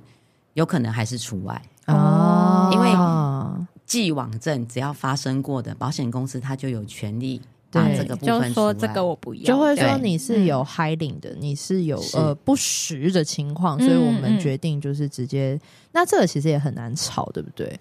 [SPEAKER 3] 有可能还是除外。
[SPEAKER 1] 哦，
[SPEAKER 3] 因为
[SPEAKER 1] 哦
[SPEAKER 3] 既往症只要发生过的，保险公司它就有权利
[SPEAKER 1] 对
[SPEAKER 3] 把这个部
[SPEAKER 2] 就
[SPEAKER 3] 分除
[SPEAKER 2] 说
[SPEAKER 3] 外。
[SPEAKER 2] 这个我不要，
[SPEAKER 1] 就会
[SPEAKER 2] 这样
[SPEAKER 1] 说你
[SPEAKER 2] 嗯
[SPEAKER 1] 是有 hiding 的，你是有
[SPEAKER 3] 是
[SPEAKER 1] 呃不实的情况，
[SPEAKER 2] 嗯
[SPEAKER 1] 所以我
[SPEAKER 2] 嗯
[SPEAKER 1] 们
[SPEAKER 2] 嗯
[SPEAKER 1] 决定就是直接。那这个其实也很难吵，对不对？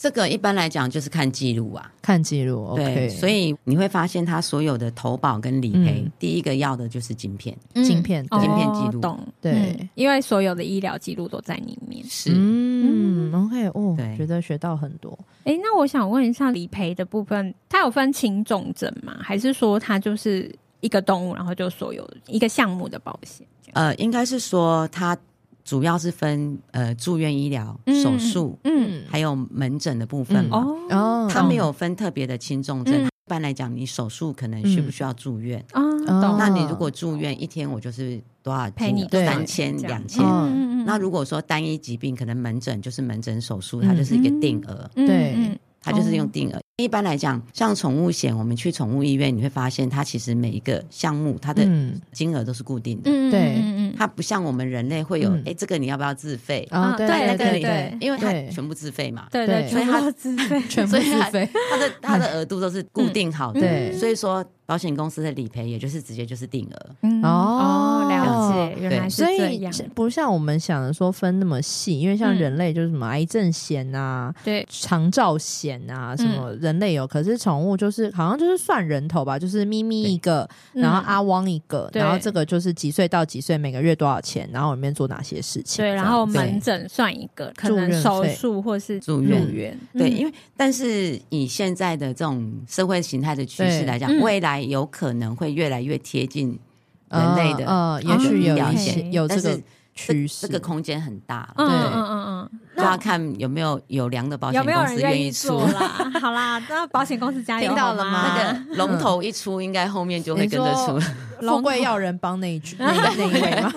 [SPEAKER 3] 这个一般来讲就是看记录啊。
[SPEAKER 1] 看记录，OK，
[SPEAKER 3] 对，所
[SPEAKER 1] 以
[SPEAKER 3] 以你会发现它所有的投保跟理赔，
[SPEAKER 1] 嗯
[SPEAKER 3] 第一个要的就是晶片。
[SPEAKER 2] 嗯
[SPEAKER 1] 晶片
[SPEAKER 2] 哦
[SPEAKER 3] 晶片记录
[SPEAKER 2] 懂
[SPEAKER 1] 对
[SPEAKER 2] 嗯因为所有的医疗记录都在里面。
[SPEAKER 3] 是
[SPEAKER 1] 嗯，OK，哦，
[SPEAKER 3] 对
[SPEAKER 1] 觉得学到很多。
[SPEAKER 2] 哎，那我想问一下，理赔的部分，它有分轻重症吗？还是说它就是一个动物，然后就所有一个项目的保险？
[SPEAKER 3] 呃，应该是说它主要是分呃住院医疗、
[SPEAKER 2] 嗯
[SPEAKER 3] 手术，
[SPEAKER 2] 嗯，
[SPEAKER 3] 还有门诊的部分
[SPEAKER 1] 嗯
[SPEAKER 3] 嘛。
[SPEAKER 2] 哦
[SPEAKER 1] 哦，
[SPEAKER 3] 它没有分特别的轻重症。
[SPEAKER 2] 嗯
[SPEAKER 3] 一般来讲，你手术可能需不需要住院？
[SPEAKER 2] 啊，懂
[SPEAKER 1] 哦
[SPEAKER 3] 那你如果住院一天，我就是多少
[SPEAKER 2] 赔你
[SPEAKER 1] 对哦
[SPEAKER 3] 三千、
[SPEAKER 2] 这样
[SPEAKER 3] 两千。
[SPEAKER 2] 嗯嗯嗯
[SPEAKER 3] 那如果说单一疾病，可能门诊就是门诊手术，
[SPEAKER 1] 嗯
[SPEAKER 3] 它就是一个定额，
[SPEAKER 2] 嗯
[SPEAKER 1] 对
[SPEAKER 2] 嗯
[SPEAKER 1] 哦
[SPEAKER 3] 它就是用定额。一般来讲，像宠物险，我们去宠物医院，你会发现它其实每一个项目它的
[SPEAKER 1] 嗯
[SPEAKER 3] 金额都是固定的，
[SPEAKER 2] 嗯
[SPEAKER 1] 对
[SPEAKER 2] 嗯
[SPEAKER 3] 它不像我们人类会有，哎、
[SPEAKER 1] 嗯
[SPEAKER 3] 这个你要不要自费？
[SPEAKER 1] 啊，
[SPEAKER 2] 对
[SPEAKER 3] 在
[SPEAKER 1] 对
[SPEAKER 3] 那
[SPEAKER 1] 对
[SPEAKER 3] 里
[SPEAKER 2] 对
[SPEAKER 3] 因为它
[SPEAKER 1] 对
[SPEAKER 3] 全部自费嘛，
[SPEAKER 2] 对
[SPEAKER 1] 对
[SPEAKER 2] 对，
[SPEAKER 3] 所以
[SPEAKER 2] 全部
[SPEAKER 3] 它
[SPEAKER 2] 都自费，啊
[SPEAKER 1] 全部
[SPEAKER 3] 所以
[SPEAKER 1] 自
[SPEAKER 3] 还
[SPEAKER 1] 费，
[SPEAKER 3] 它的它的额度都是固定好的，
[SPEAKER 1] 对
[SPEAKER 3] 所以说保险公司的理赔也就是直接就是定额。
[SPEAKER 2] 嗯
[SPEAKER 1] 哦
[SPEAKER 2] 了解，原来是
[SPEAKER 1] 所
[SPEAKER 2] 这
[SPEAKER 1] 以
[SPEAKER 2] 样，
[SPEAKER 1] 是不像我们想的说分那么细，因为像
[SPEAKER 2] 嗯
[SPEAKER 1] 人类就是什么癌症险啊、
[SPEAKER 2] 对，
[SPEAKER 1] 长照险啊，什么
[SPEAKER 2] 嗯
[SPEAKER 1] 人类有，可是宠物就是好像就是算人头吧，就是咪咪一个，然后啊
[SPEAKER 2] 嗯
[SPEAKER 1] 阿汪一个，
[SPEAKER 2] 对
[SPEAKER 1] 然后这个就是几岁到几岁，每个月多少钱，然后里面做哪些事情，
[SPEAKER 2] 对，然后
[SPEAKER 1] 这样子
[SPEAKER 2] 门诊算一个，可
[SPEAKER 1] 住
[SPEAKER 2] 能
[SPEAKER 1] 院
[SPEAKER 2] 手
[SPEAKER 1] 费
[SPEAKER 2] 术或是
[SPEAKER 3] 住
[SPEAKER 2] 入
[SPEAKER 3] 院
[SPEAKER 2] 院，
[SPEAKER 3] 对，
[SPEAKER 2] 嗯
[SPEAKER 3] 因为但是以现在的这种社会形态的趋势
[SPEAKER 1] 对
[SPEAKER 3] 来讲，
[SPEAKER 2] 嗯
[SPEAKER 3] 未来有可能会越来越贴近人类的
[SPEAKER 1] 呃，呃也许有
[SPEAKER 3] 医疗
[SPEAKER 1] 一些
[SPEAKER 2] 险
[SPEAKER 1] 有
[SPEAKER 3] 但
[SPEAKER 1] 这
[SPEAKER 3] 是
[SPEAKER 1] 个趋势，
[SPEAKER 3] 这个空间很大，
[SPEAKER 2] 嗯
[SPEAKER 1] 对
[SPEAKER 2] 嗯嗯嗯
[SPEAKER 3] 就要看有没有有良的保
[SPEAKER 2] 嗯，
[SPEAKER 3] 险
[SPEAKER 2] 有没有
[SPEAKER 3] 公
[SPEAKER 2] 人
[SPEAKER 3] 司
[SPEAKER 2] 愿
[SPEAKER 3] 意出嗯
[SPEAKER 2] 做。 啦？好啦，那保险公司加油，
[SPEAKER 1] 听到了
[SPEAKER 2] 好
[SPEAKER 1] 吗
[SPEAKER 3] 那个龙头一出，应该后面就会跟着
[SPEAKER 1] 你
[SPEAKER 3] 出。
[SPEAKER 1] 富贵要人帮那一 句那一那一位吗？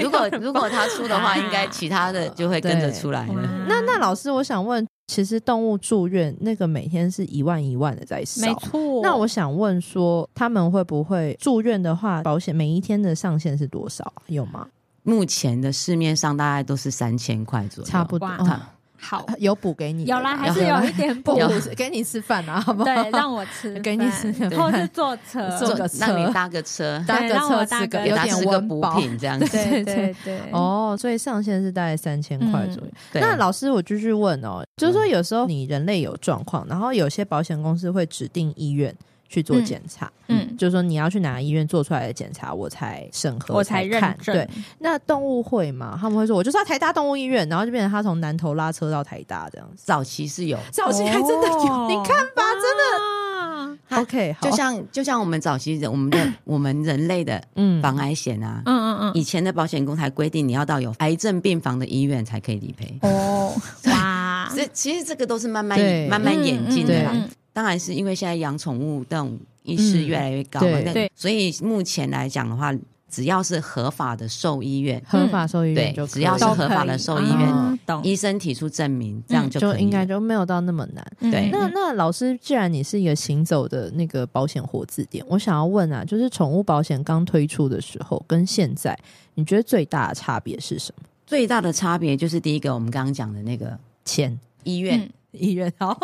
[SPEAKER 3] 如果如果他出的话，
[SPEAKER 2] 啊
[SPEAKER 3] 应该其他的就会跟着出来了。
[SPEAKER 2] 哇
[SPEAKER 1] 那那老师，我想问，其实动物住院那个每天是一万一万的在
[SPEAKER 2] 没
[SPEAKER 1] 烧。
[SPEAKER 2] 错，
[SPEAKER 1] 那我想问说，他们会不会住院的话，保险每一天的上限是多少啊？有吗？
[SPEAKER 3] 目前的市面上大概都是三千块左右，
[SPEAKER 1] 差不多，
[SPEAKER 2] 哇
[SPEAKER 1] 哦
[SPEAKER 2] 好
[SPEAKER 1] 有补给你的
[SPEAKER 2] 有
[SPEAKER 1] 吧，
[SPEAKER 2] 啦，还是
[SPEAKER 1] 啦
[SPEAKER 2] 有一点 补
[SPEAKER 1] 补，给你吃饭啊，好不好？，
[SPEAKER 2] 对，让我吃
[SPEAKER 1] 给你吃个
[SPEAKER 2] 饭，或 是
[SPEAKER 1] 饭
[SPEAKER 2] 坐车，
[SPEAKER 1] 坐
[SPEAKER 3] 坐
[SPEAKER 1] 个车
[SPEAKER 3] 让你搭个 车，
[SPEAKER 1] 搭
[SPEAKER 2] 对
[SPEAKER 1] 个
[SPEAKER 2] 让我
[SPEAKER 1] 车
[SPEAKER 2] 搭
[SPEAKER 1] 吃个
[SPEAKER 2] 个
[SPEAKER 1] 有
[SPEAKER 3] 搭
[SPEAKER 1] 点
[SPEAKER 3] 吃个
[SPEAKER 1] 温
[SPEAKER 3] 补
[SPEAKER 1] 饱。
[SPEAKER 3] 品这样 子。
[SPEAKER 2] 对对对，
[SPEAKER 1] 哦，所以上限是大概三千块
[SPEAKER 2] 嗯
[SPEAKER 1] 左右。
[SPEAKER 3] 对嗯
[SPEAKER 1] 那老师，我继续问哦，就是说有时候你人类有状况，然后有些保险公司会指定医院去做
[SPEAKER 2] 嗯
[SPEAKER 1] 检查，
[SPEAKER 2] 嗯，
[SPEAKER 1] 就是说你要去哪个医院做出来的检查，我才审核，
[SPEAKER 2] 我
[SPEAKER 1] 才
[SPEAKER 2] 才认
[SPEAKER 1] 看。
[SPEAKER 2] 证，
[SPEAKER 1] 对，，那动物会嘛？他们会说，我就是要台大动物医院，然后就变成他从南投拉车到台大这样子。
[SPEAKER 3] 早期是有，
[SPEAKER 1] 早期还真的有，
[SPEAKER 2] 哦
[SPEAKER 1] 你看吧，
[SPEAKER 2] 真的，
[SPEAKER 1] 真 OK，好
[SPEAKER 3] 就像就像我们早期人我们的我们人类的
[SPEAKER 1] 嗯
[SPEAKER 3] 防癌险啊
[SPEAKER 2] 嗯，嗯嗯，
[SPEAKER 3] 以前的保险公司还规定你要到有癌症病房的医院才可以理赔。
[SPEAKER 2] 哦，哇，
[SPEAKER 3] 这其实这个都嗯 是慢慢
[SPEAKER 1] 对
[SPEAKER 3] 慢慢演进
[SPEAKER 1] 对
[SPEAKER 3] 的
[SPEAKER 1] 啊
[SPEAKER 3] 啦。
[SPEAKER 2] 嗯嗯嗯
[SPEAKER 3] 当然是因为现在养宠物这种意识越来越高嘛
[SPEAKER 1] 嗯，对
[SPEAKER 3] 那
[SPEAKER 2] 对
[SPEAKER 3] 所以目前来讲的话，只要是合法的兽医院，
[SPEAKER 1] 合法兽医院
[SPEAKER 3] 对
[SPEAKER 1] 就，可
[SPEAKER 3] 只
[SPEAKER 1] 以
[SPEAKER 3] 要是
[SPEAKER 2] 都
[SPEAKER 3] 合法的兽医
[SPEAKER 1] 可以
[SPEAKER 3] 院，
[SPEAKER 1] 啊
[SPEAKER 2] 嗯懂，
[SPEAKER 3] 医生提出证明，这样
[SPEAKER 1] 嗯
[SPEAKER 3] 就
[SPEAKER 1] 就
[SPEAKER 3] 可以
[SPEAKER 1] 应该就没有到那么难。
[SPEAKER 3] 对嗯
[SPEAKER 1] 那那老师，既然你是一个行走的那个保险活字典，我想要问啊，就是宠物保险刚推出的时候跟现在，你觉得最大的差别是什么？
[SPEAKER 3] 最大的差别就是第一个我们刚刚讲的那个
[SPEAKER 1] 钱，
[SPEAKER 3] 医院。
[SPEAKER 2] 嗯
[SPEAKER 1] 医院， 好，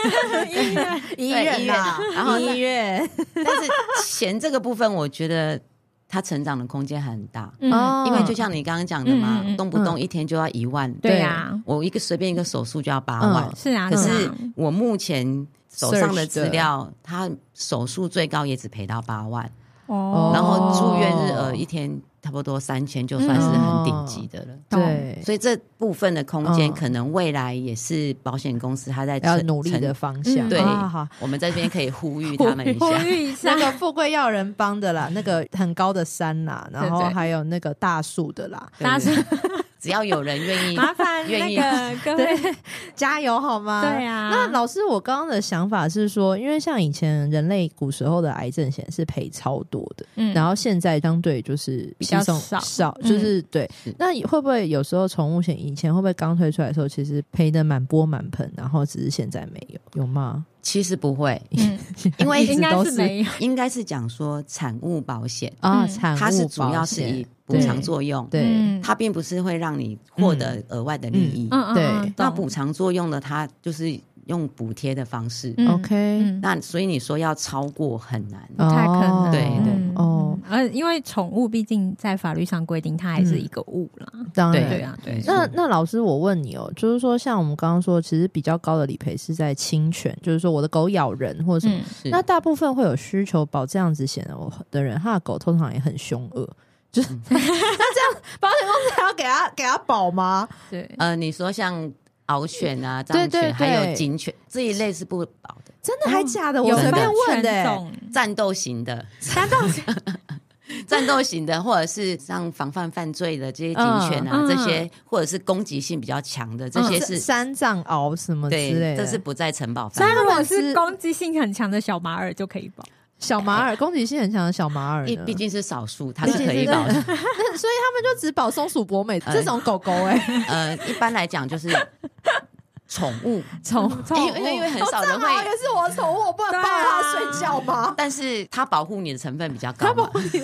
[SPEAKER 1] 医
[SPEAKER 3] 对
[SPEAKER 1] 医
[SPEAKER 3] 医
[SPEAKER 1] 院
[SPEAKER 3] 院
[SPEAKER 1] 啊
[SPEAKER 3] 啊，然 后
[SPEAKER 1] 医院，
[SPEAKER 3] 但是钱这个部分，我觉得它成长的空间还很大，
[SPEAKER 1] 哦
[SPEAKER 3] 因为就像你刚刚讲的嘛，
[SPEAKER 2] 嗯嗯嗯
[SPEAKER 3] 动不动一天就要一万，
[SPEAKER 2] 对啊呀，
[SPEAKER 3] 我一个随便一个手术就要八万，
[SPEAKER 1] 嗯
[SPEAKER 2] 是啊，
[SPEAKER 3] 可
[SPEAKER 2] 啊
[SPEAKER 3] 是我目前手上
[SPEAKER 1] Search 的
[SPEAKER 3] 的资料，他手术最高也只赔到八万，
[SPEAKER 2] 哦，
[SPEAKER 3] 然后住院日
[SPEAKER 1] 哦
[SPEAKER 3] 额一天差不多三千，就算是很顶级的了。
[SPEAKER 2] 哦
[SPEAKER 1] 对，
[SPEAKER 3] 哦所以这部分的空间，
[SPEAKER 1] 嗯
[SPEAKER 3] 可能未来也是保险公司他在
[SPEAKER 1] 要
[SPEAKER 3] 成
[SPEAKER 1] 努力的
[SPEAKER 3] 成
[SPEAKER 1] 方向，
[SPEAKER 2] 嗯
[SPEAKER 3] 对
[SPEAKER 1] 啊好。
[SPEAKER 3] 我们在这边可以呼吁他们一
[SPEAKER 2] 呼
[SPEAKER 3] 下。
[SPEAKER 2] 吁一下
[SPEAKER 1] 那，个富贵要人帮的啦，那个很高的山啦，然后
[SPEAKER 2] 对对
[SPEAKER 1] 还有那个大树的啦，
[SPEAKER 3] 对
[SPEAKER 2] 大 家
[SPEAKER 3] 只要有人愿 意，
[SPEAKER 2] 麻烦
[SPEAKER 3] 愿
[SPEAKER 2] 那
[SPEAKER 3] 意
[SPEAKER 2] 个各位，对
[SPEAKER 1] 加油好吗？
[SPEAKER 2] 啊，
[SPEAKER 1] 那老师，我刚刚的想法是说，因为像以前人类古时候的癌症险是赔超多的，
[SPEAKER 2] 嗯
[SPEAKER 1] 然后现在相对就是
[SPEAKER 2] 比较
[SPEAKER 1] 稀松
[SPEAKER 2] 少
[SPEAKER 1] 少
[SPEAKER 2] 嗯
[SPEAKER 1] 就是、对
[SPEAKER 3] 是。
[SPEAKER 1] 那会不会有时候宠物险以前会不会刚推出来的时候，其实赔的满钵满盆，然后只是现在没有，有吗？
[SPEAKER 3] 其实不会，
[SPEAKER 2] 嗯
[SPEAKER 3] 因为
[SPEAKER 1] 一 直
[SPEAKER 2] 应该
[SPEAKER 1] 都
[SPEAKER 2] 是没有，
[SPEAKER 3] 应该是讲说产物保险，
[SPEAKER 1] 啊，
[SPEAKER 2] 嗯
[SPEAKER 1] 产物
[SPEAKER 3] 它是主要
[SPEAKER 1] 保
[SPEAKER 3] 是
[SPEAKER 1] 险
[SPEAKER 3] 以补偿作用，
[SPEAKER 1] 对
[SPEAKER 2] 嗯
[SPEAKER 3] 它并不是会让你获得额外的利益。
[SPEAKER 2] 嗯嗯
[SPEAKER 1] 对
[SPEAKER 2] 嗯
[SPEAKER 3] 那
[SPEAKER 2] 懂
[SPEAKER 3] 补偿作用呢，它就是用补贴的方式。
[SPEAKER 2] 嗯
[SPEAKER 1] OK
[SPEAKER 2] 嗯
[SPEAKER 3] 那所以你说要超过很难，
[SPEAKER 1] 哦
[SPEAKER 2] 太可能
[SPEAKER 3] 对对
[SPEAKER 2] 嗯
[SPEAKER 1] 哦，
[SPEAKER 2] 呃，因为宠物毕竟在法律上规定，它还是一个物啦。
[SPEAKER 1] 当然
[SPEAKER 2] 对啊，对，
[SPEAKER 1] 那那老师，我问你哦，就是说，像我们刚刚说，其实比较高的理赔是在侵权，就是说我的狗咬人或者什么。
[SPEAKER 2] 嗯
[SPEAKER 3] 是
[SPEAKER 1] 那大部分会有需求保这样子险的我的人，他的狗通常也很凶恶，就是、 那这样保险公司还要给他给他保吗？
[SPEAKER 2] 对，
[SPEAKER 3] 呃，你说像獒犬啊、
[SPEAKER 1] 对
[SPEAKER 3] 藏
[SPEAKER 1] 对
[SPEAKER 3] 犬还
[SPEAKER 1] 对
[SPEAKER 3] 有警犬这一类是不保的，
[SPEAKER 1] 真的还假的？
[SPEAKER 2] 有
[SPEAKER 1] 呃我随
[SPEAKER 3] 真的
[SPEAKER 1] 便问的、
[SPEAKER 2] 权
[SPEAKER 1] 欸。
[SPEAKER 2] 重
[SPEAKER 3] 战斗型的、
[SPEAKER 2] 三到四
[SPEAKER 3] 战斗型的，或者是像防范犯罪的这些警犬啊，
[SPEAKER 2] 嗯
[SPEAKER 3] 这些或者是攻击性比较强的这些
[SPEAKER 1] 是
[SPEAKER 3] 是，
[SPEAKER 1] 嗯山藏獒什么之类
[SPEAKER 3] 对，
[SPEAKER 1] 的，
[SPEAKER 3] 这是不在城堡范
[SPEAKER 2] 那
[SPEAKER 3] 围。
[SPEAKER 2] 如果是攻击性很强的小马尔就可以保。
[SPEAKER 1] 小马尔，攻击性很强的小马尔呢，
[SPEAKER 3] 毕毕竟是少数，它
[SPEAKER 1] 毕
[SPEAKER 3] 是
[SPEAKER 1] 竟
[SPEAKER 3] 可以
[SPEAKER 1] 是
[SPEAKER 3] 保的。
[SPEAKER 1] 那所以他们就只保松鼠博美
[SPEAKER 3] 呃
[SPEAKER 1] 这种狗狗哎、
[SPEAKER 3] 呃，一般来讲就是宠物，
[SPEAKER 1] 宠物
[SPEAKER 2] 嗯宠
[SPEAKER 3] 因为因为很少人会，
[SPEAKER 1] 好啊也是我的宠物，我不能抱它睡觉吗？
[SPEAKER 3] 但是它保护你的成分比较高嘛。
[SPEAKER 1] 也是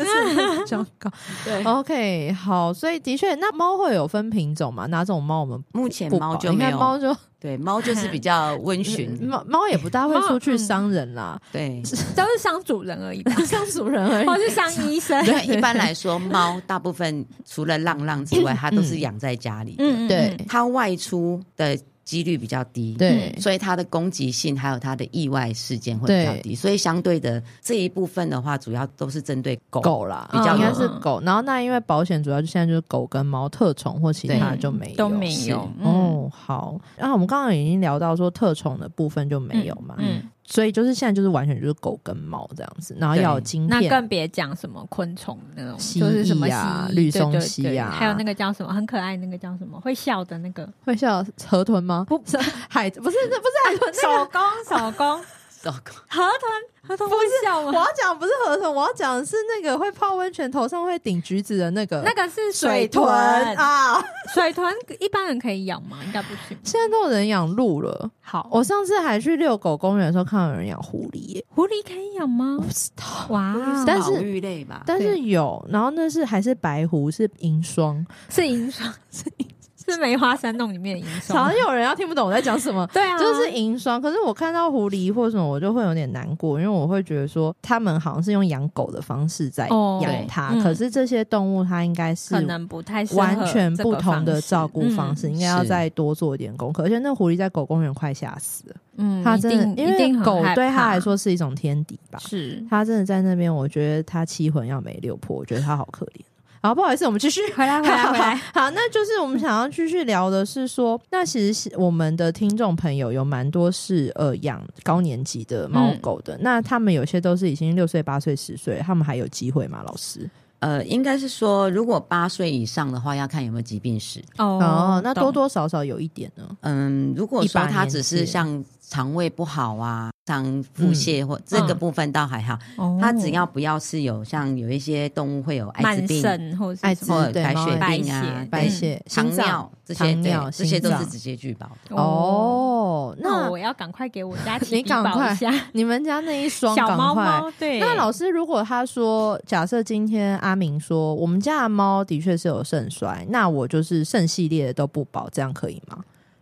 [SPEAKER 1] 比较高。
[SPEAKER 3] 对
[SPEAKER 1] OK，好，所以的确，那猫会有分品种嘛？哪种猫我们
[SPEAKER 3] 目前
[SPEAKER 1] 不
[SPEAKER 3] 猫
[SPEAKER 1] 保
[SPEAKER 3] 就
[SPEAKER 1] 你
[SPEAKER 3] 没
[SPEAKER 1] 看猫
[SPEAKER 3] 有，
[SPEAKER 1] 就
[SPEAKER 3] 对猫就是比较 温驯，
[SPEAKER 1] 猫猫也不大会
[SPEAKER 2] 猫
[SPEAKER 1] 出去
[SPEAKER 2] 嗯
[SPEAKER 1] 伤人啦，
[SPEAKER 3] 对。
[SPEAKER 2] 都是伤主人而已吧，
[SPEAKER 1] 伤 主人而已。
[SPEAKER 2] 或是伤医生。
[SPEAKER 3] 对，一般来说，猫大部分除了浪浪之外，它都是养在家里的，
[SPEAKER 2] 嗯，嗯
[SPEAKER 1] 对，
[SPEAKER 3] 它外出的几率比较低，，
[SPEAKER 1] 对，
[SPEAKER 3] 所以它的攻击性还有它的意外事件会比较低，所以相对的这一部分的话，主要都是针对狗。
[SPEAKER 1] 狗啦，
[SPEAKER 3] 比较
[SPEAKER 1] 应该是
[SPEAKER 2] 嗯
[SPEAKER 1] 狗。然后那因为保险主要就现在就是狗跟猫特宠或其他就没有，
[SPEAKER 2] 都没有嗯
[SPEAKER 1] 是哦，好。然后我们刚刚已经聊到说特宠的部分就没有嘛，
[SPEAKER 2] 嗯，嗯
[SPEAKER 1] 所以就是现在就是完全就是狗跟猫这样子，然后
[SPEAKER 3] 对
[SPEAKER 1] 要有晶
[SPEAKER 2] 那
[SPEAKER 1] 片。
[SPEAKER 2] 更别讲什么昆虫那种，
[SPEAKER 1] 蜥
[SPEAKER 2] 就是什么
[SPEAKER 1] 蜴啊
[SPEAKER 2] 蜥蜴
[SPEAKER 1] 绿
[SPEAKER 2] 对对
[SPEAKER 1] 松蜥
[SPEAKER 2] 对
[SPEAKER 1] 啊
[SPEAKER 2] 还有那个叫什么很可爱，那个叫什么会笑的 那个
[SPEAKER 1] 会像河豚吗？不是海，不是那不是海豚，那
[SPEAKER 2] 手工手工
[SPEAKER 3] 狗狗
[SPEAKER 2] 河豚河豚会笑
[SPEAKER 1] 个我
[SPEAKER 2] 吗？
[SPEAKER 1] 要讲不是河豚，我要讲的是那个会泡温泉头上会顶橘子的那个
[SPEAKER 2] 那个是
[SPEAKER 1] 水
[SPEAKER 2] 豚
[SPEAKER 1] 豚，啊！
[SPEAKER 2] 水豚一般人可以养吗？应该不行。
[SPEAKER 1] 现在都有人养鹿了。
[SPEAKER 2] 好，
[SPEAKER 1] 我上次还去遛狗公园的时候，看到有人养狐狸耶，
[SPEAKER 2] 狐狸可以养吗？
[SPEAKER 1] 不知道。
[SPEAKER 2] 哇，哦
[SPEAKER 1] 但是
[SPEAKER 3] 保育类吧，
[SPEAKER 1] 但是
[SPEAKER 2] 啊对
[SPEAKER 1] 有，然后那是还是白狐，是银霜，
[SPEAKER 2] 是银 霜，是梅花山洞里面的银
[SPEAKER 1] 常
[SPEAKER 2] 霜。
[SPEAKER 1] 常。有人要听不懂我在讲什么
[SPEAKER 2] 对啊，
[SPEAKER 1] 就是银霜，可是我看到狐狸或什么，我就会有点难过，因为我会觉得说他们好像是用养狗的方式在
[SPEAKER 2] 哦
[SPEAKER 1] 养它，
[SPEAKER 2] 对嗯
[SPEAKER 1] 可是这些动物它应该是
[SPEAKER 2] 可能不太适合
[SPEAKER 1] 完全
[SPEAKER 2] 这个
[SPEAKER 1] 不同的照顾方式，
[SPEAKER 2] 方式。嗯
[SPEAKER 1] 应该要
[SPEAKER 3] 是
[SPEAKER 1] 再多做一点功课。而且那狐狸在狗公园快吓死了，
[SPEAKER 2] 嗯，
[SPEAKER 1] 它
[SPEAKER 2] 一
[SPEAKER 1] 真的
[SPEAKER 2] 定
[SPEAKER 1] 因
[SPEAKER 2] 一
[SPEAKER 1] 为
[SPEAKER 2] 定很
[SPEAKER 1] 狗
[SPEAKER 2] 害
[SPEAKER 1] 对它
[SPEAKER 2] 怕
[SPEAKER 1] 来说是一种天敌吧，
[SPEAKER 2] 是
[SPEAKER 1] 它真的在那边，我觉得它七魂要没六魄，我觉得它好可怜。好，不好意思，我们继续。
[SPEAKER 2] 回来回来 回 来，
[SPEAKER 1] 好，那就是我们想要继续聊的是说，那其实是我们的听众朋友有蛮多是呃养高年级的猫狗的，那他们有些都是已经六岁、八岁、十岁，他们还有机会吗？老师？
[SPEAKER 3] 呃，应该是说，如果八岁以上的话，要看有没有疾病史。
[SPEAKER 1] 哦
[SPEAKER 2] 哦，
[SPEAKER 1] 那
[SPEAKER 2] 懂
[SPEAKER 1] 多多少少有一点呢。
[SPEAKER 3] 嗯，如果
[SPEAKER 1] 一
[SPEAKER 3] 说
[SPEAKER 1] 把
[SPEAKER 3] 它
[SPEAKER 1] 年
[SPEAKER 3] 只
[SPEAKER 1] 纪
[SPEAKER 3] 是
[SPEAKER 1] 了
[SPEAKER 3] 像肠胃不好啊，像腹泻或、这个
[SPEAKER 2] 嗯
[SPEAKER 3] 部分倒还好，
[SPEAKER 2] 哦
[SPEAKER 3] 它只要不要是有像有一些动物会有艾滋
[SPEAKER 2] 慢
[SPEAKER 3] 病、
[SPEAKER 2] 肾或者
[SPEAKER 1] 艾
[SPEAKER 2] 是
[SPEAKER 1] 滋
[SPEAKER 2] 什么
[SPEAKER 3] 或者
[SPEAKER 1] 对
[SPEAKER 3] 白
[SPEAKER 1] 猫
[SPEAKER 3] 血
[SPEAKER 1] 眼
[SPEAKER 3] 病啊
[SPEAKER 2] 白血、
[SPEAKER 1] 白
[SPEAKER 2] 嗯
[SPEAKER 1] 血、
[SPEAKER 3] 糖
[SPEAKER 1] 心脏
[SPEAKER 3] 尿这些，
[SPEAKER 1] 糖
[SPEAKER 3] 对
[SPEAKER 1] 尿
[SPEAKER 3] 这些都
[SPEAKER 1] 心
[SPEAKER 3] 是
[SPEAKER 1] 脏
[SPEAKER 3] 直接拒保的。
[SPEAKER 1] 哦，
[SPEAKER 2] 那
[SPEAKER 1] 那
[SPEAKER 2] 我要赶快给我家 奇
[SPEAKER 1] 你赶
[SPEAKER 2] 保
[SPEAKER 1] 快
[SPEAKER 2] 一下
[SPEAKER 1] 你们家那一双
[SPEAKER 2] 小
[SPEAKER 1] 赶
[SPEAKER 2] 猫
[SPEAKER 1] 快
[SPEAKER 2] 猫。对，
[SPEAKER 1] 那老师，如果他说，假设今天阿明说，我们家的猫的确是有肾衰，那我就是肾系列的都不保，这样可以吗？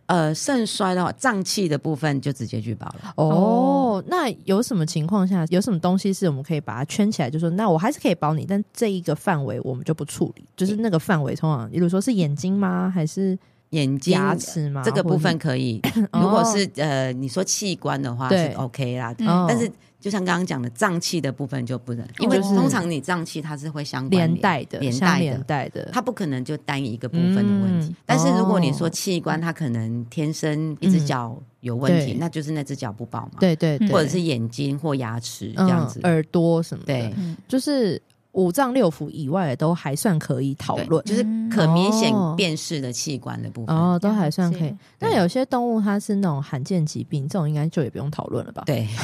[SPEAKER 3] 呃，肾衰的话，脏器的部分就直接拒保了。
[SPEAKER 1] 哦，那有什么情况下，有什么东西是我们可以把它圈起来，就说，那我还是可以保你，但这一个范围我们就不处理，就是那个范围通常，比如说是眼睛吗，还是
[SPEAKER 3] 眼睛
[SPEAKER 1] 牙齿吗？
[SPEAKER 3] 这个部分 可以，
[SPEAKER 1] 或者，
[SPEAKER 3] 如果
[SPEAKER 1] 哦
[SPEAKER 3] 是呃你说器官的话
[SPEAKER 1] 对
[SPEAKER 3] 是 OK 啦，
[SPEAKER 2] 嗯
[SPEAKER 1] 哦
[SPEAKER 3] 但是就像刚刚讲的脏器的部分就不能，因
[SPEAKER 2] 哦
[SPEAKER 3] 为
[SPEAKER 2] 就是
[SPEAKER 3] 通常你脏器它是会相关联
[SPEAKER 1] 连带的，
[SPEAKER 3] 连
[SPEAKER 1] 相
[SPEAKER 3] 带
[SPEAKER 1] 连
[SPEAKER 3] 的。
[SPEAKER 1] 带的，
[SPEAKER 3] 它不可能就单一一个部分的问题，
[SPEAKER 1] 嗯
[SPEAKER 3] 但是如果你
[SPEAKER 1] 哦
[SPEAKER 3] 说器官，它可能天生一只
[SPEAKER 1] 嗯
[SPEAKER 3] 脚有问
[SPEAKER 1] 对
[SPEAKER 3] 题，那就是那只脚不保嘛。
[SPEAKER 1] 对对对，
[SPEAKER 3] 或者是眼睛或牙齿这样子。
[SPEAKER 1] 嗯、耳朵什么的，
[SPEAKER 3] 对，
[SPEAKER 2] 嗯
[SPEAKER 1] 就是五脏六腑以外的都还算可以讨论，
[SPEAKER 3] 就是可明显辨识的器官的部分。
[SPEAKER 1] 嗯哦，都还算可
[SPEAKER 2] 了
[SPEAKER 1] 以
[SPEAKER 2] 解。
[SPEAKER 1] 那有些动物它是那种罕见疾病，这种应该就也不用讨论了吧？。
[SPEAKER 3] 对，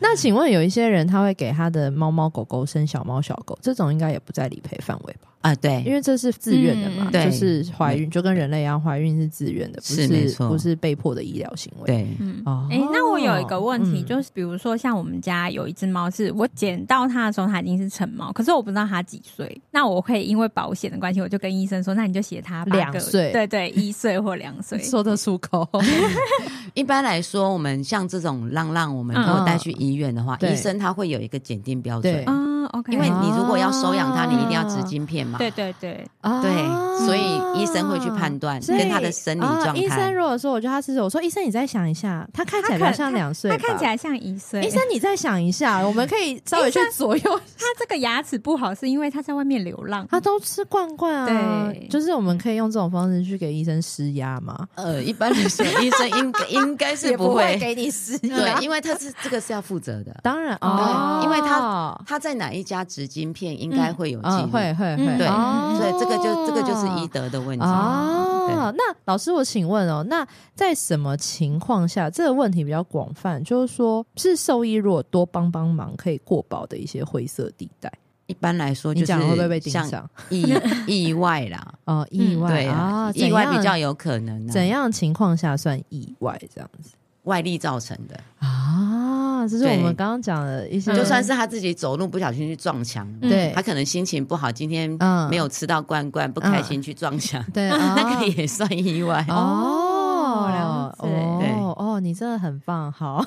[SPEAKER 1] 那请问有一些人他会给他的猫猫狗狗生小猫小狗，这种应该也不在理赔范围吧？
[SPEAKER 3] 啊，
[SPEAKER 1] 因
[SPEAKER 3] 对，
[SPEAKER 1] 为这是自愿的嘛，
[SPEAKER 2] 嗯
[SPEAKER 3] 对
[SPEAKER 1] 就是怀孕就跟人类一样，怀孕是自愿的，不
[SPEAKER 3] 是没错
[SPEAKER 1] 不是被迫的医疗行为。
[SPEAKER 3] 对，
[SPEAKER 2] 嗯
[SPEAKER 1] 哦
[SPEAKER 2] 哎、那我有一个问题，
[SPEAKER 1] 嗯
[SPEAKER 2] 就是比如说像我们家有一只猫，是我捡到它的时候它已经是成猫，可是我不知道它几岁。那我会因为保险的关系，我就跟医生说，那你就写它八个
[SPEAKER 1] 两岁。
[SPEAKER 2] 对对，一岁或两岁
[SPEAKER 1] 说得出口，
[SPEAKER 3] 一般来说，我们像这种浪浪，我们
[SPEAKER 2] 嗯
[SPEAKER 3] 如果带去医院的话，
[SPEAKER 1] 对
[SPEAKER 3] 医生他会有一个检定标
[SPEAKER 1] 对
[SPEAKER 3] 准，
[SPEAKER 2] 啊，OK，
[SPEAKER 1] 哦
[SPEAKER 3] 因为你如果要收养它，
[SPEAKER 1] 啊
[SPEAKER 3] 你一定要植晶片嘛。
[SPEAKER 2] 对对对，
[SPEAKER 1] 啊
[SPEAKER 3] 对，所以医生会去判断
[SPEAKER 1] 所以
[SPEAKER 3] 跟他的生理状
[SPEAKER 1] 啊医生
[SPEAKER 3] 态。
[SPEAKER 1] 如果说我觉得他四岁，我说医生你再想一下，他看起来比较像两岁吧，
[SPEAKER 2] 它看起来像一岁。
[SPEAKER 1] 医生你再想一下，我们可以 稍微去左右。
[SPEAKER 2] 它这个牙齿不好，是因为它在外面流浪。
[SPEAKER 1] 他都吃罐罐啊，
[SPEAKER 2] 对
[SPEAKER 1] 就是我们可以用这种方式去给医生施压嘛，
[SPEAKER 3] 呃，一般来说，医生应该应该是不会，
[SPEAKER 1] 你施
[SPEAKER 3] 对，。因为他是这个是要负责的，
[SPEAKER 1] 啊当然哦
[SPEAKER 2] 哦，
[SPEAKER 3] 因为他在哪一家植晶片应该会有记
[SPEAKER 1] 嗯
[SPEAKER 3] 录，
[SPEAKER 1] 会会会
[SPEAKER 2] 嗯
[SPEAKER 3] 对，
[SPEAKER 1] 哦
[SPEAKER 3] 所以这个就这个就是医德的问题。
[SPEAKER 1] 哦，那老师，我请问哦，那在什么情况下这个问题比较广泛？就是说，是兽医如果多帮帮忙，可以过保的一些灰色地带。
[SPEAKER 3] 一般来说
[SPEAKER 1] 你
[SPEAKER 3] 哦就是
[SPEAKER 1] 讲会不会被盯
[SPEAKER 3] 像
[SPEAKER 1] 上？
[SPEAKER 3] 意意外啦，
[SPEAKER 1] 哦，意外、
[SPEAKER 3] 对
[SPEAKER 1] 啊
[SPEAKER 3] 啊，，
[SPEAKER 1] 怎
[SPEAKER 3] 意外比
[SPEAKER 1] 样
[SPEAKER 3] 较有可能啊，
[SPEAKER 1] 怎样情况下算意外这样子
[SPEAKER 3] 外力造成的，
[SPEAKER 1] 啊？这是我
[SPEAKER 3] 对
[SPEAKER 1] 们刚刚讲的一些，
[SPEAKER 2] 嗯
[SPEAKER 3] 就算是他自己走路不小心去撞墙，
[SPEAKER 2] 嗯
[SPEAKER 1] 对
[SPEAKER 3] 他可能心情不好，今天
[SPEAKER 1] 嗯
[SPEAKER 3] 没有吃到罐罐，不开心去撞墙，
[SPEAKER 1] 对，啊
[SPEAKER 3] 那个也算意外。
[SPEAKER 2] 哦
[SPEAKER 1] 哦
[SPEAKER 2] 了解
[SPEAKER 3] 对
[SPEAKER 1] 哦哦，你真的很棒， 好，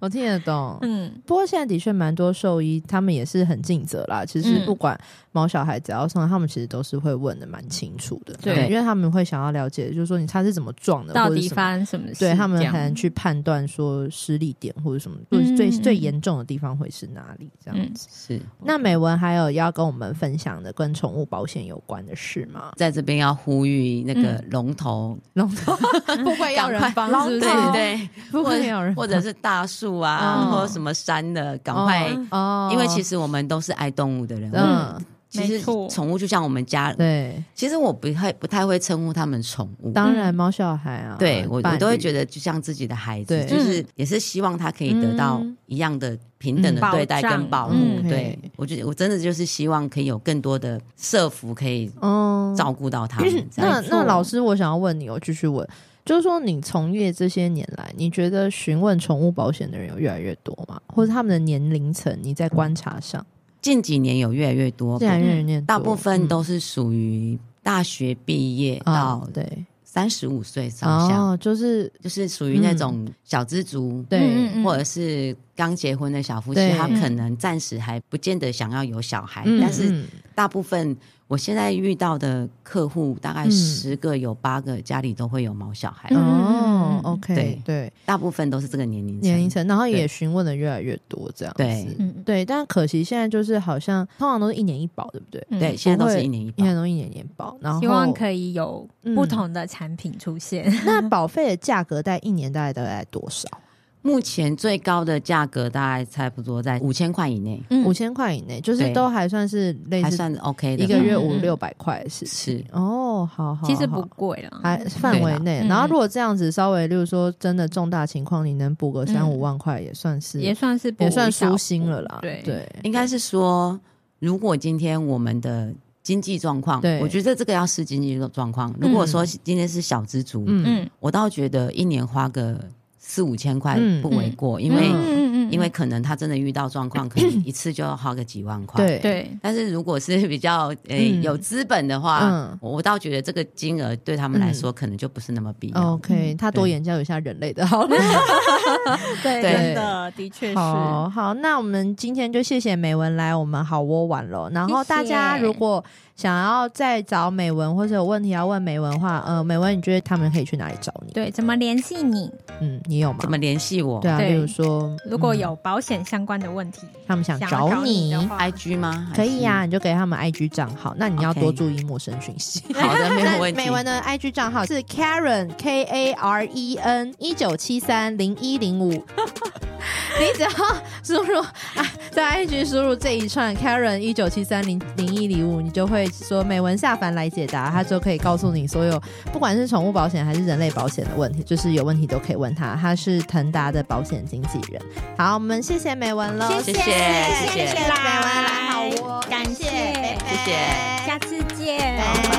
[SPEAKER 1] 我听得懂。
[SPEAKER 2] 嗯，
[SPEAKER 1] 不过现在的确蛮多兽医，他们也是很尽责啦。其实
[SPEAKER 2] 嗯
[SPEAKER 1] 不管毛小孩只要上来，他们其实都是会问的蛮清楚的。
[SPEAKER 2] 对
[SPEAKER 1] 因为他们会想要了解，就是说你他是怎么撞的，
[SPEAKER 2] 到
[SPEAKER 1] 或者
[SPEAKER 2] 底
[SPEAKER 1] 什么。
[SPEAKER 2] 发生什么事？
[SPEAKER 1] 对他们
[SPEAKER 2] 这样
[SPEAKER 1] 还能去判断说失力点或者什么，或者是最
[SPEAKER 2] 嗯嗯
[SPEAKER 1] 最
[SPEAKER 2] 嗯
[SPEAKER 1] 严重的地方会是哪里这样
[SPEAKER 2] 嗯
[SPEAKER 1] 子。
[SPEAKER 3] 是
[SPEAKER 1] 那美文还有要跟我们分享的跟宠物保险有关的事吗？
[SPEAKER 3] 在这边要呼吁那个
[SPEAKER 2] 嗯
[SPEAKER 3] 龙头，
[SPEAKER 1] 龙头不会要人帮，
[SPEAKER 2] 赶快
[SPEAKER 1] 是不
[SPEAKER 3] 对
[SPEAKER 1] 是
[SPEAKER 2] 龙头
[SPEAKER 3] 对对，
[SPEAKER 1] 不会有人
[SPEAKER 3] 或者是大树啊，
[SPEAKER 1] 嗯
[SPEAKER 3] 或者什么山的，赶快，
[SPEAKER 1] 哦
[SPEAKER 3] 因为其
[SPEAKER 1] 实
[SPEAKER 3] 实我们都是爱动物的人，
[SPEAKER 1] 嗯
[SPEAKER 3] 其实
[SPEAKER 2] 没错
[SPEAKER 3] 宠物就像我们家人，
[SPEAKER 1] 对，嗯
[SPEAKER 3] 其实我不太不太会称呼他们宠物，啊
[SPEAKER 1] 当然猫小孩啊，
[SPEAKER 3] 对我我都会觉
[SPEAKER 1] 得
[SPEAKER 3] 得就像自己的孩子
[SPEAKER 1] 对，
[SPEAKER 3] 就是也是希望他可以得到
[SPEAKER 1] 嗯
[SPEAKER 3] 一样的平等的对待跟保护。
[SPEAKER 2] 嗯保障
[SPEAKER 3] 对我觉得我真的就是希望可以有更多的社服可以
[SPEAKER 1] 嗯
[SPEAKER 3] 照顾到 他们。这样
[SPEAKER 1] 那
[SPEAKER 3] 子
[SPEAKER 1] 那老师，我想要问你，哦，继续问，就是说你从业这些年来，你觉得询问宠物保险的人有越来越多吗？或者他们的年龄层，你在观察上
[SPEAKER 3] 近几年有越来越多
[SPEAKER 1] 越，来越念多，
[SPEAKER 3] 大部分
[SPEAKER 1] 嗯
[SPEAKER 3] 都是属于大学毕业
[SPEAKER 1] 啊
[SPEAKER 3] 到
[SPEAKER 1] 对，
[SPEAKER 3] 三十五岁上下，
[SPEAKER 1] 哦，就是
[SPEAKER 3] 就是属于那种小资族。
[SPEAKER 1] 对，
[SPEAKER 2] 嗯
[SPEAKER 3] 或者是刚结婚的小夫妻
[SPEAKER 1] 对，
[SPEAKER 3] 他可能暂时还不见得想要有小孩，
[SPEAKER 1] 嗯
[SPEAKER 3] 但是
[SPEAKER 1] 嗯
[SPEAKER 3] 大部分我现在遇到的客户，大概
[SPEAKER 1] 嗯
[SPEAKER 3] 十个有八个家里都会有毛小孩，
[SPEAKER 2] 嗯
[SPEAKER 1] 哦
[SPEAKER 2] 嗯嗯嗯
[SPEAKER 1] ，OK，
[SPEAKER 3] 对
[SPEAKER 1] 对，
[SPEAKER 3] 大部分都是这个年龄层
[SPEAKER 1] 年龄层，然后也
[SPEAKER 3] 对
[SPEAKER 1] 询问的越来越多，这样子
[SPEAKER 3] 对
[SPEAKER 2] 嗯
[SPEAKER 1] 对，但可惜现在就是好像通常都是一年一保，对不对？
[SPEAKER 2] 嗯
[SPEAKER 3] 对，现在都是一年一
[SPEAKER 1] 一
[SPEAKER 3] 保。
[SPEAKER 1] 年都一年年保，然后
[SPEAKER 2] 希望可以有不同的产品出现。
[SPEAKER 1] 那保费的价格在一年大概大概多少？
[SPEAKER 2] 嗯
[SPEAKER 3] 目前最高的价格大概差不多在五千块以内，
[SPEAKER 2] 嗯
[SPEAKER 1] 五千块以内，就是
[SPEAKER 3] 对
[SPEAKER 1] 都还算是类
[SPEAKER 3] 还
[SPEAKER 1] 似
[SPEAKER 3] 算 OK 的
[SPEAKER 1] 一
[SPEAKER 3] 吧。
[SPEAKER 1] 个月
[SPEAKER 2] 嗯
[SPEAKER 1] 五
[SPEAKER 2] 嗯
[SPEAKER 1] 六百块的事情
[SPEAKER 3] 是。
[SPEAKER 1] 哦，好好，
[SPEAKER 2] 其实不
[SPEAKER 1] 好
[SPEAKER 2] 贵啦，
[SPEAKER 1] 还范
[SPEAKER 3] 啊
[SPEAKER 1] 围内。
[SPEAKER 2] 对啦
[SPEAKER 1] 然
[SPEAKER 2] 嗯
[SPEAKER 1] 后如果这样子稍微，例如说真的重大情况，你能补个三
[SPEAKER 2] 嗯
[SPEAKER 1] 五万块，也算是
[SPEAKER 2] 也算是
[SPEAKER 1] 也算
[SPEAKER 2] 小
[SPEAKER 1] 舒心了啦。
[SPEAKER 2] 对
[SPEAKER 1] 对，
[SPEAKER 3] 应该是说，如果今天我们的经济状况
[SPEAKER 1] 对，
[SPEAKER 3] 我觉得这个要视经济状况。如果说今天是小资族，
[SPEAKER 1] 嗯
[SPEAKER 2] 嗯，
[SPEAKER 3] 我倒觉得一年花个四五千块
[SPEAKER 1] 嗯
[SPEAKER 3] 不为过，因
[SPEAKER 1] 嗯
[SPEAKER 3] 为
[SPEAKER 2] 嗯
[SPEAKER 3] 因为可能他真的遇到状况，可能一次就要花个几万块。。
[SPEAKER 1] 对
[SPEAKER 2] 对，
[SPEAKER 3] 但是如果是比较诶、
[SPEAKER 1] 嗯
[SPEAKER 3] 有资本的话，
[SPEAKER 1] 嗯
[SPEAKER 3] 我倒觉得这个金额对他们来说可能就不是那么必要。
[SPEAKER 2] 嗯
[SPEAKER 1] OK，他多
[SPEAKER 3] 对
[SPEAKER 1] 研究一下人类的 好了。
[SPEAKER 2] 对，
[SPEAKER 3] 对
[SPEAKER 2] 真的的确是，
[SPEAKER 1] 好好，那我们今天就谢谢美文来我们好窝玩喽。然后
[SPEAKER 2] 谢谢
[SPEAKER 1] 大家如果想要再找美文或者有问题要问美文的话，呃，美文你觉得他们可以去哪里找你？
[SPEAKER 2] 对，怎么联系你？
[SPEAKER 1] 嗯，你有吗
[SPEAKER 3] 怎？么联系我
[SPEAKER 1] 对啊，
[SPEAKER 2] 对
[SPEAKER 1] 例如说，
[SPEAKER 2] 如果
[SPEAKER 1] 嗯
[SPEAKER 2] 有保险相关的问题，
[SPEAKER 1] 他们想
[SPEAKER 2] 要找
[SPEAKER 1] 找你
[SPEAKER 2] 的，话，嗯
[SPEAKER 3] ？IG 吗？
[SPEAKER 1] 可以呀、
[SPEAKER 3] 还
[SPEAKER 1] 你就给他们 IG 账号。那你要
[SPEAKER 3] OK
[SPEAKER 1] 多注意陌生讯息。
[SPEAKER 3] 是。好的，没有
[SPEAKER 1] 那
[SPEAKER 3] 问题。
[SPEAKER 1] 美文的 IG 账号是 Karen K A R E N 一九七三零一零 五。你只要输入啊，在 IG 输入这一串 Karen 一九七三零零一零五，你就会说美文下凡来解答，他就可以告诉你所有不管是宠物保险还是人类保险的问题，就是有问题都可以问他。他是腾达的保险经纪人。好，我们谢谢美文喽，
[SPEAKER 3] 谢谢谢
[SPEAKER 1] 谢美
[SPEAKER 3] 谢
[SPEAKER 1] 文来好哦，
[SPEAKER 2] 感谢
[SPEAKER 1] 谢，拜拜
[SPEAKER 3] 谢谢
[SPEAKER 2] 下次见，
[SPEAKER 1] 拜拜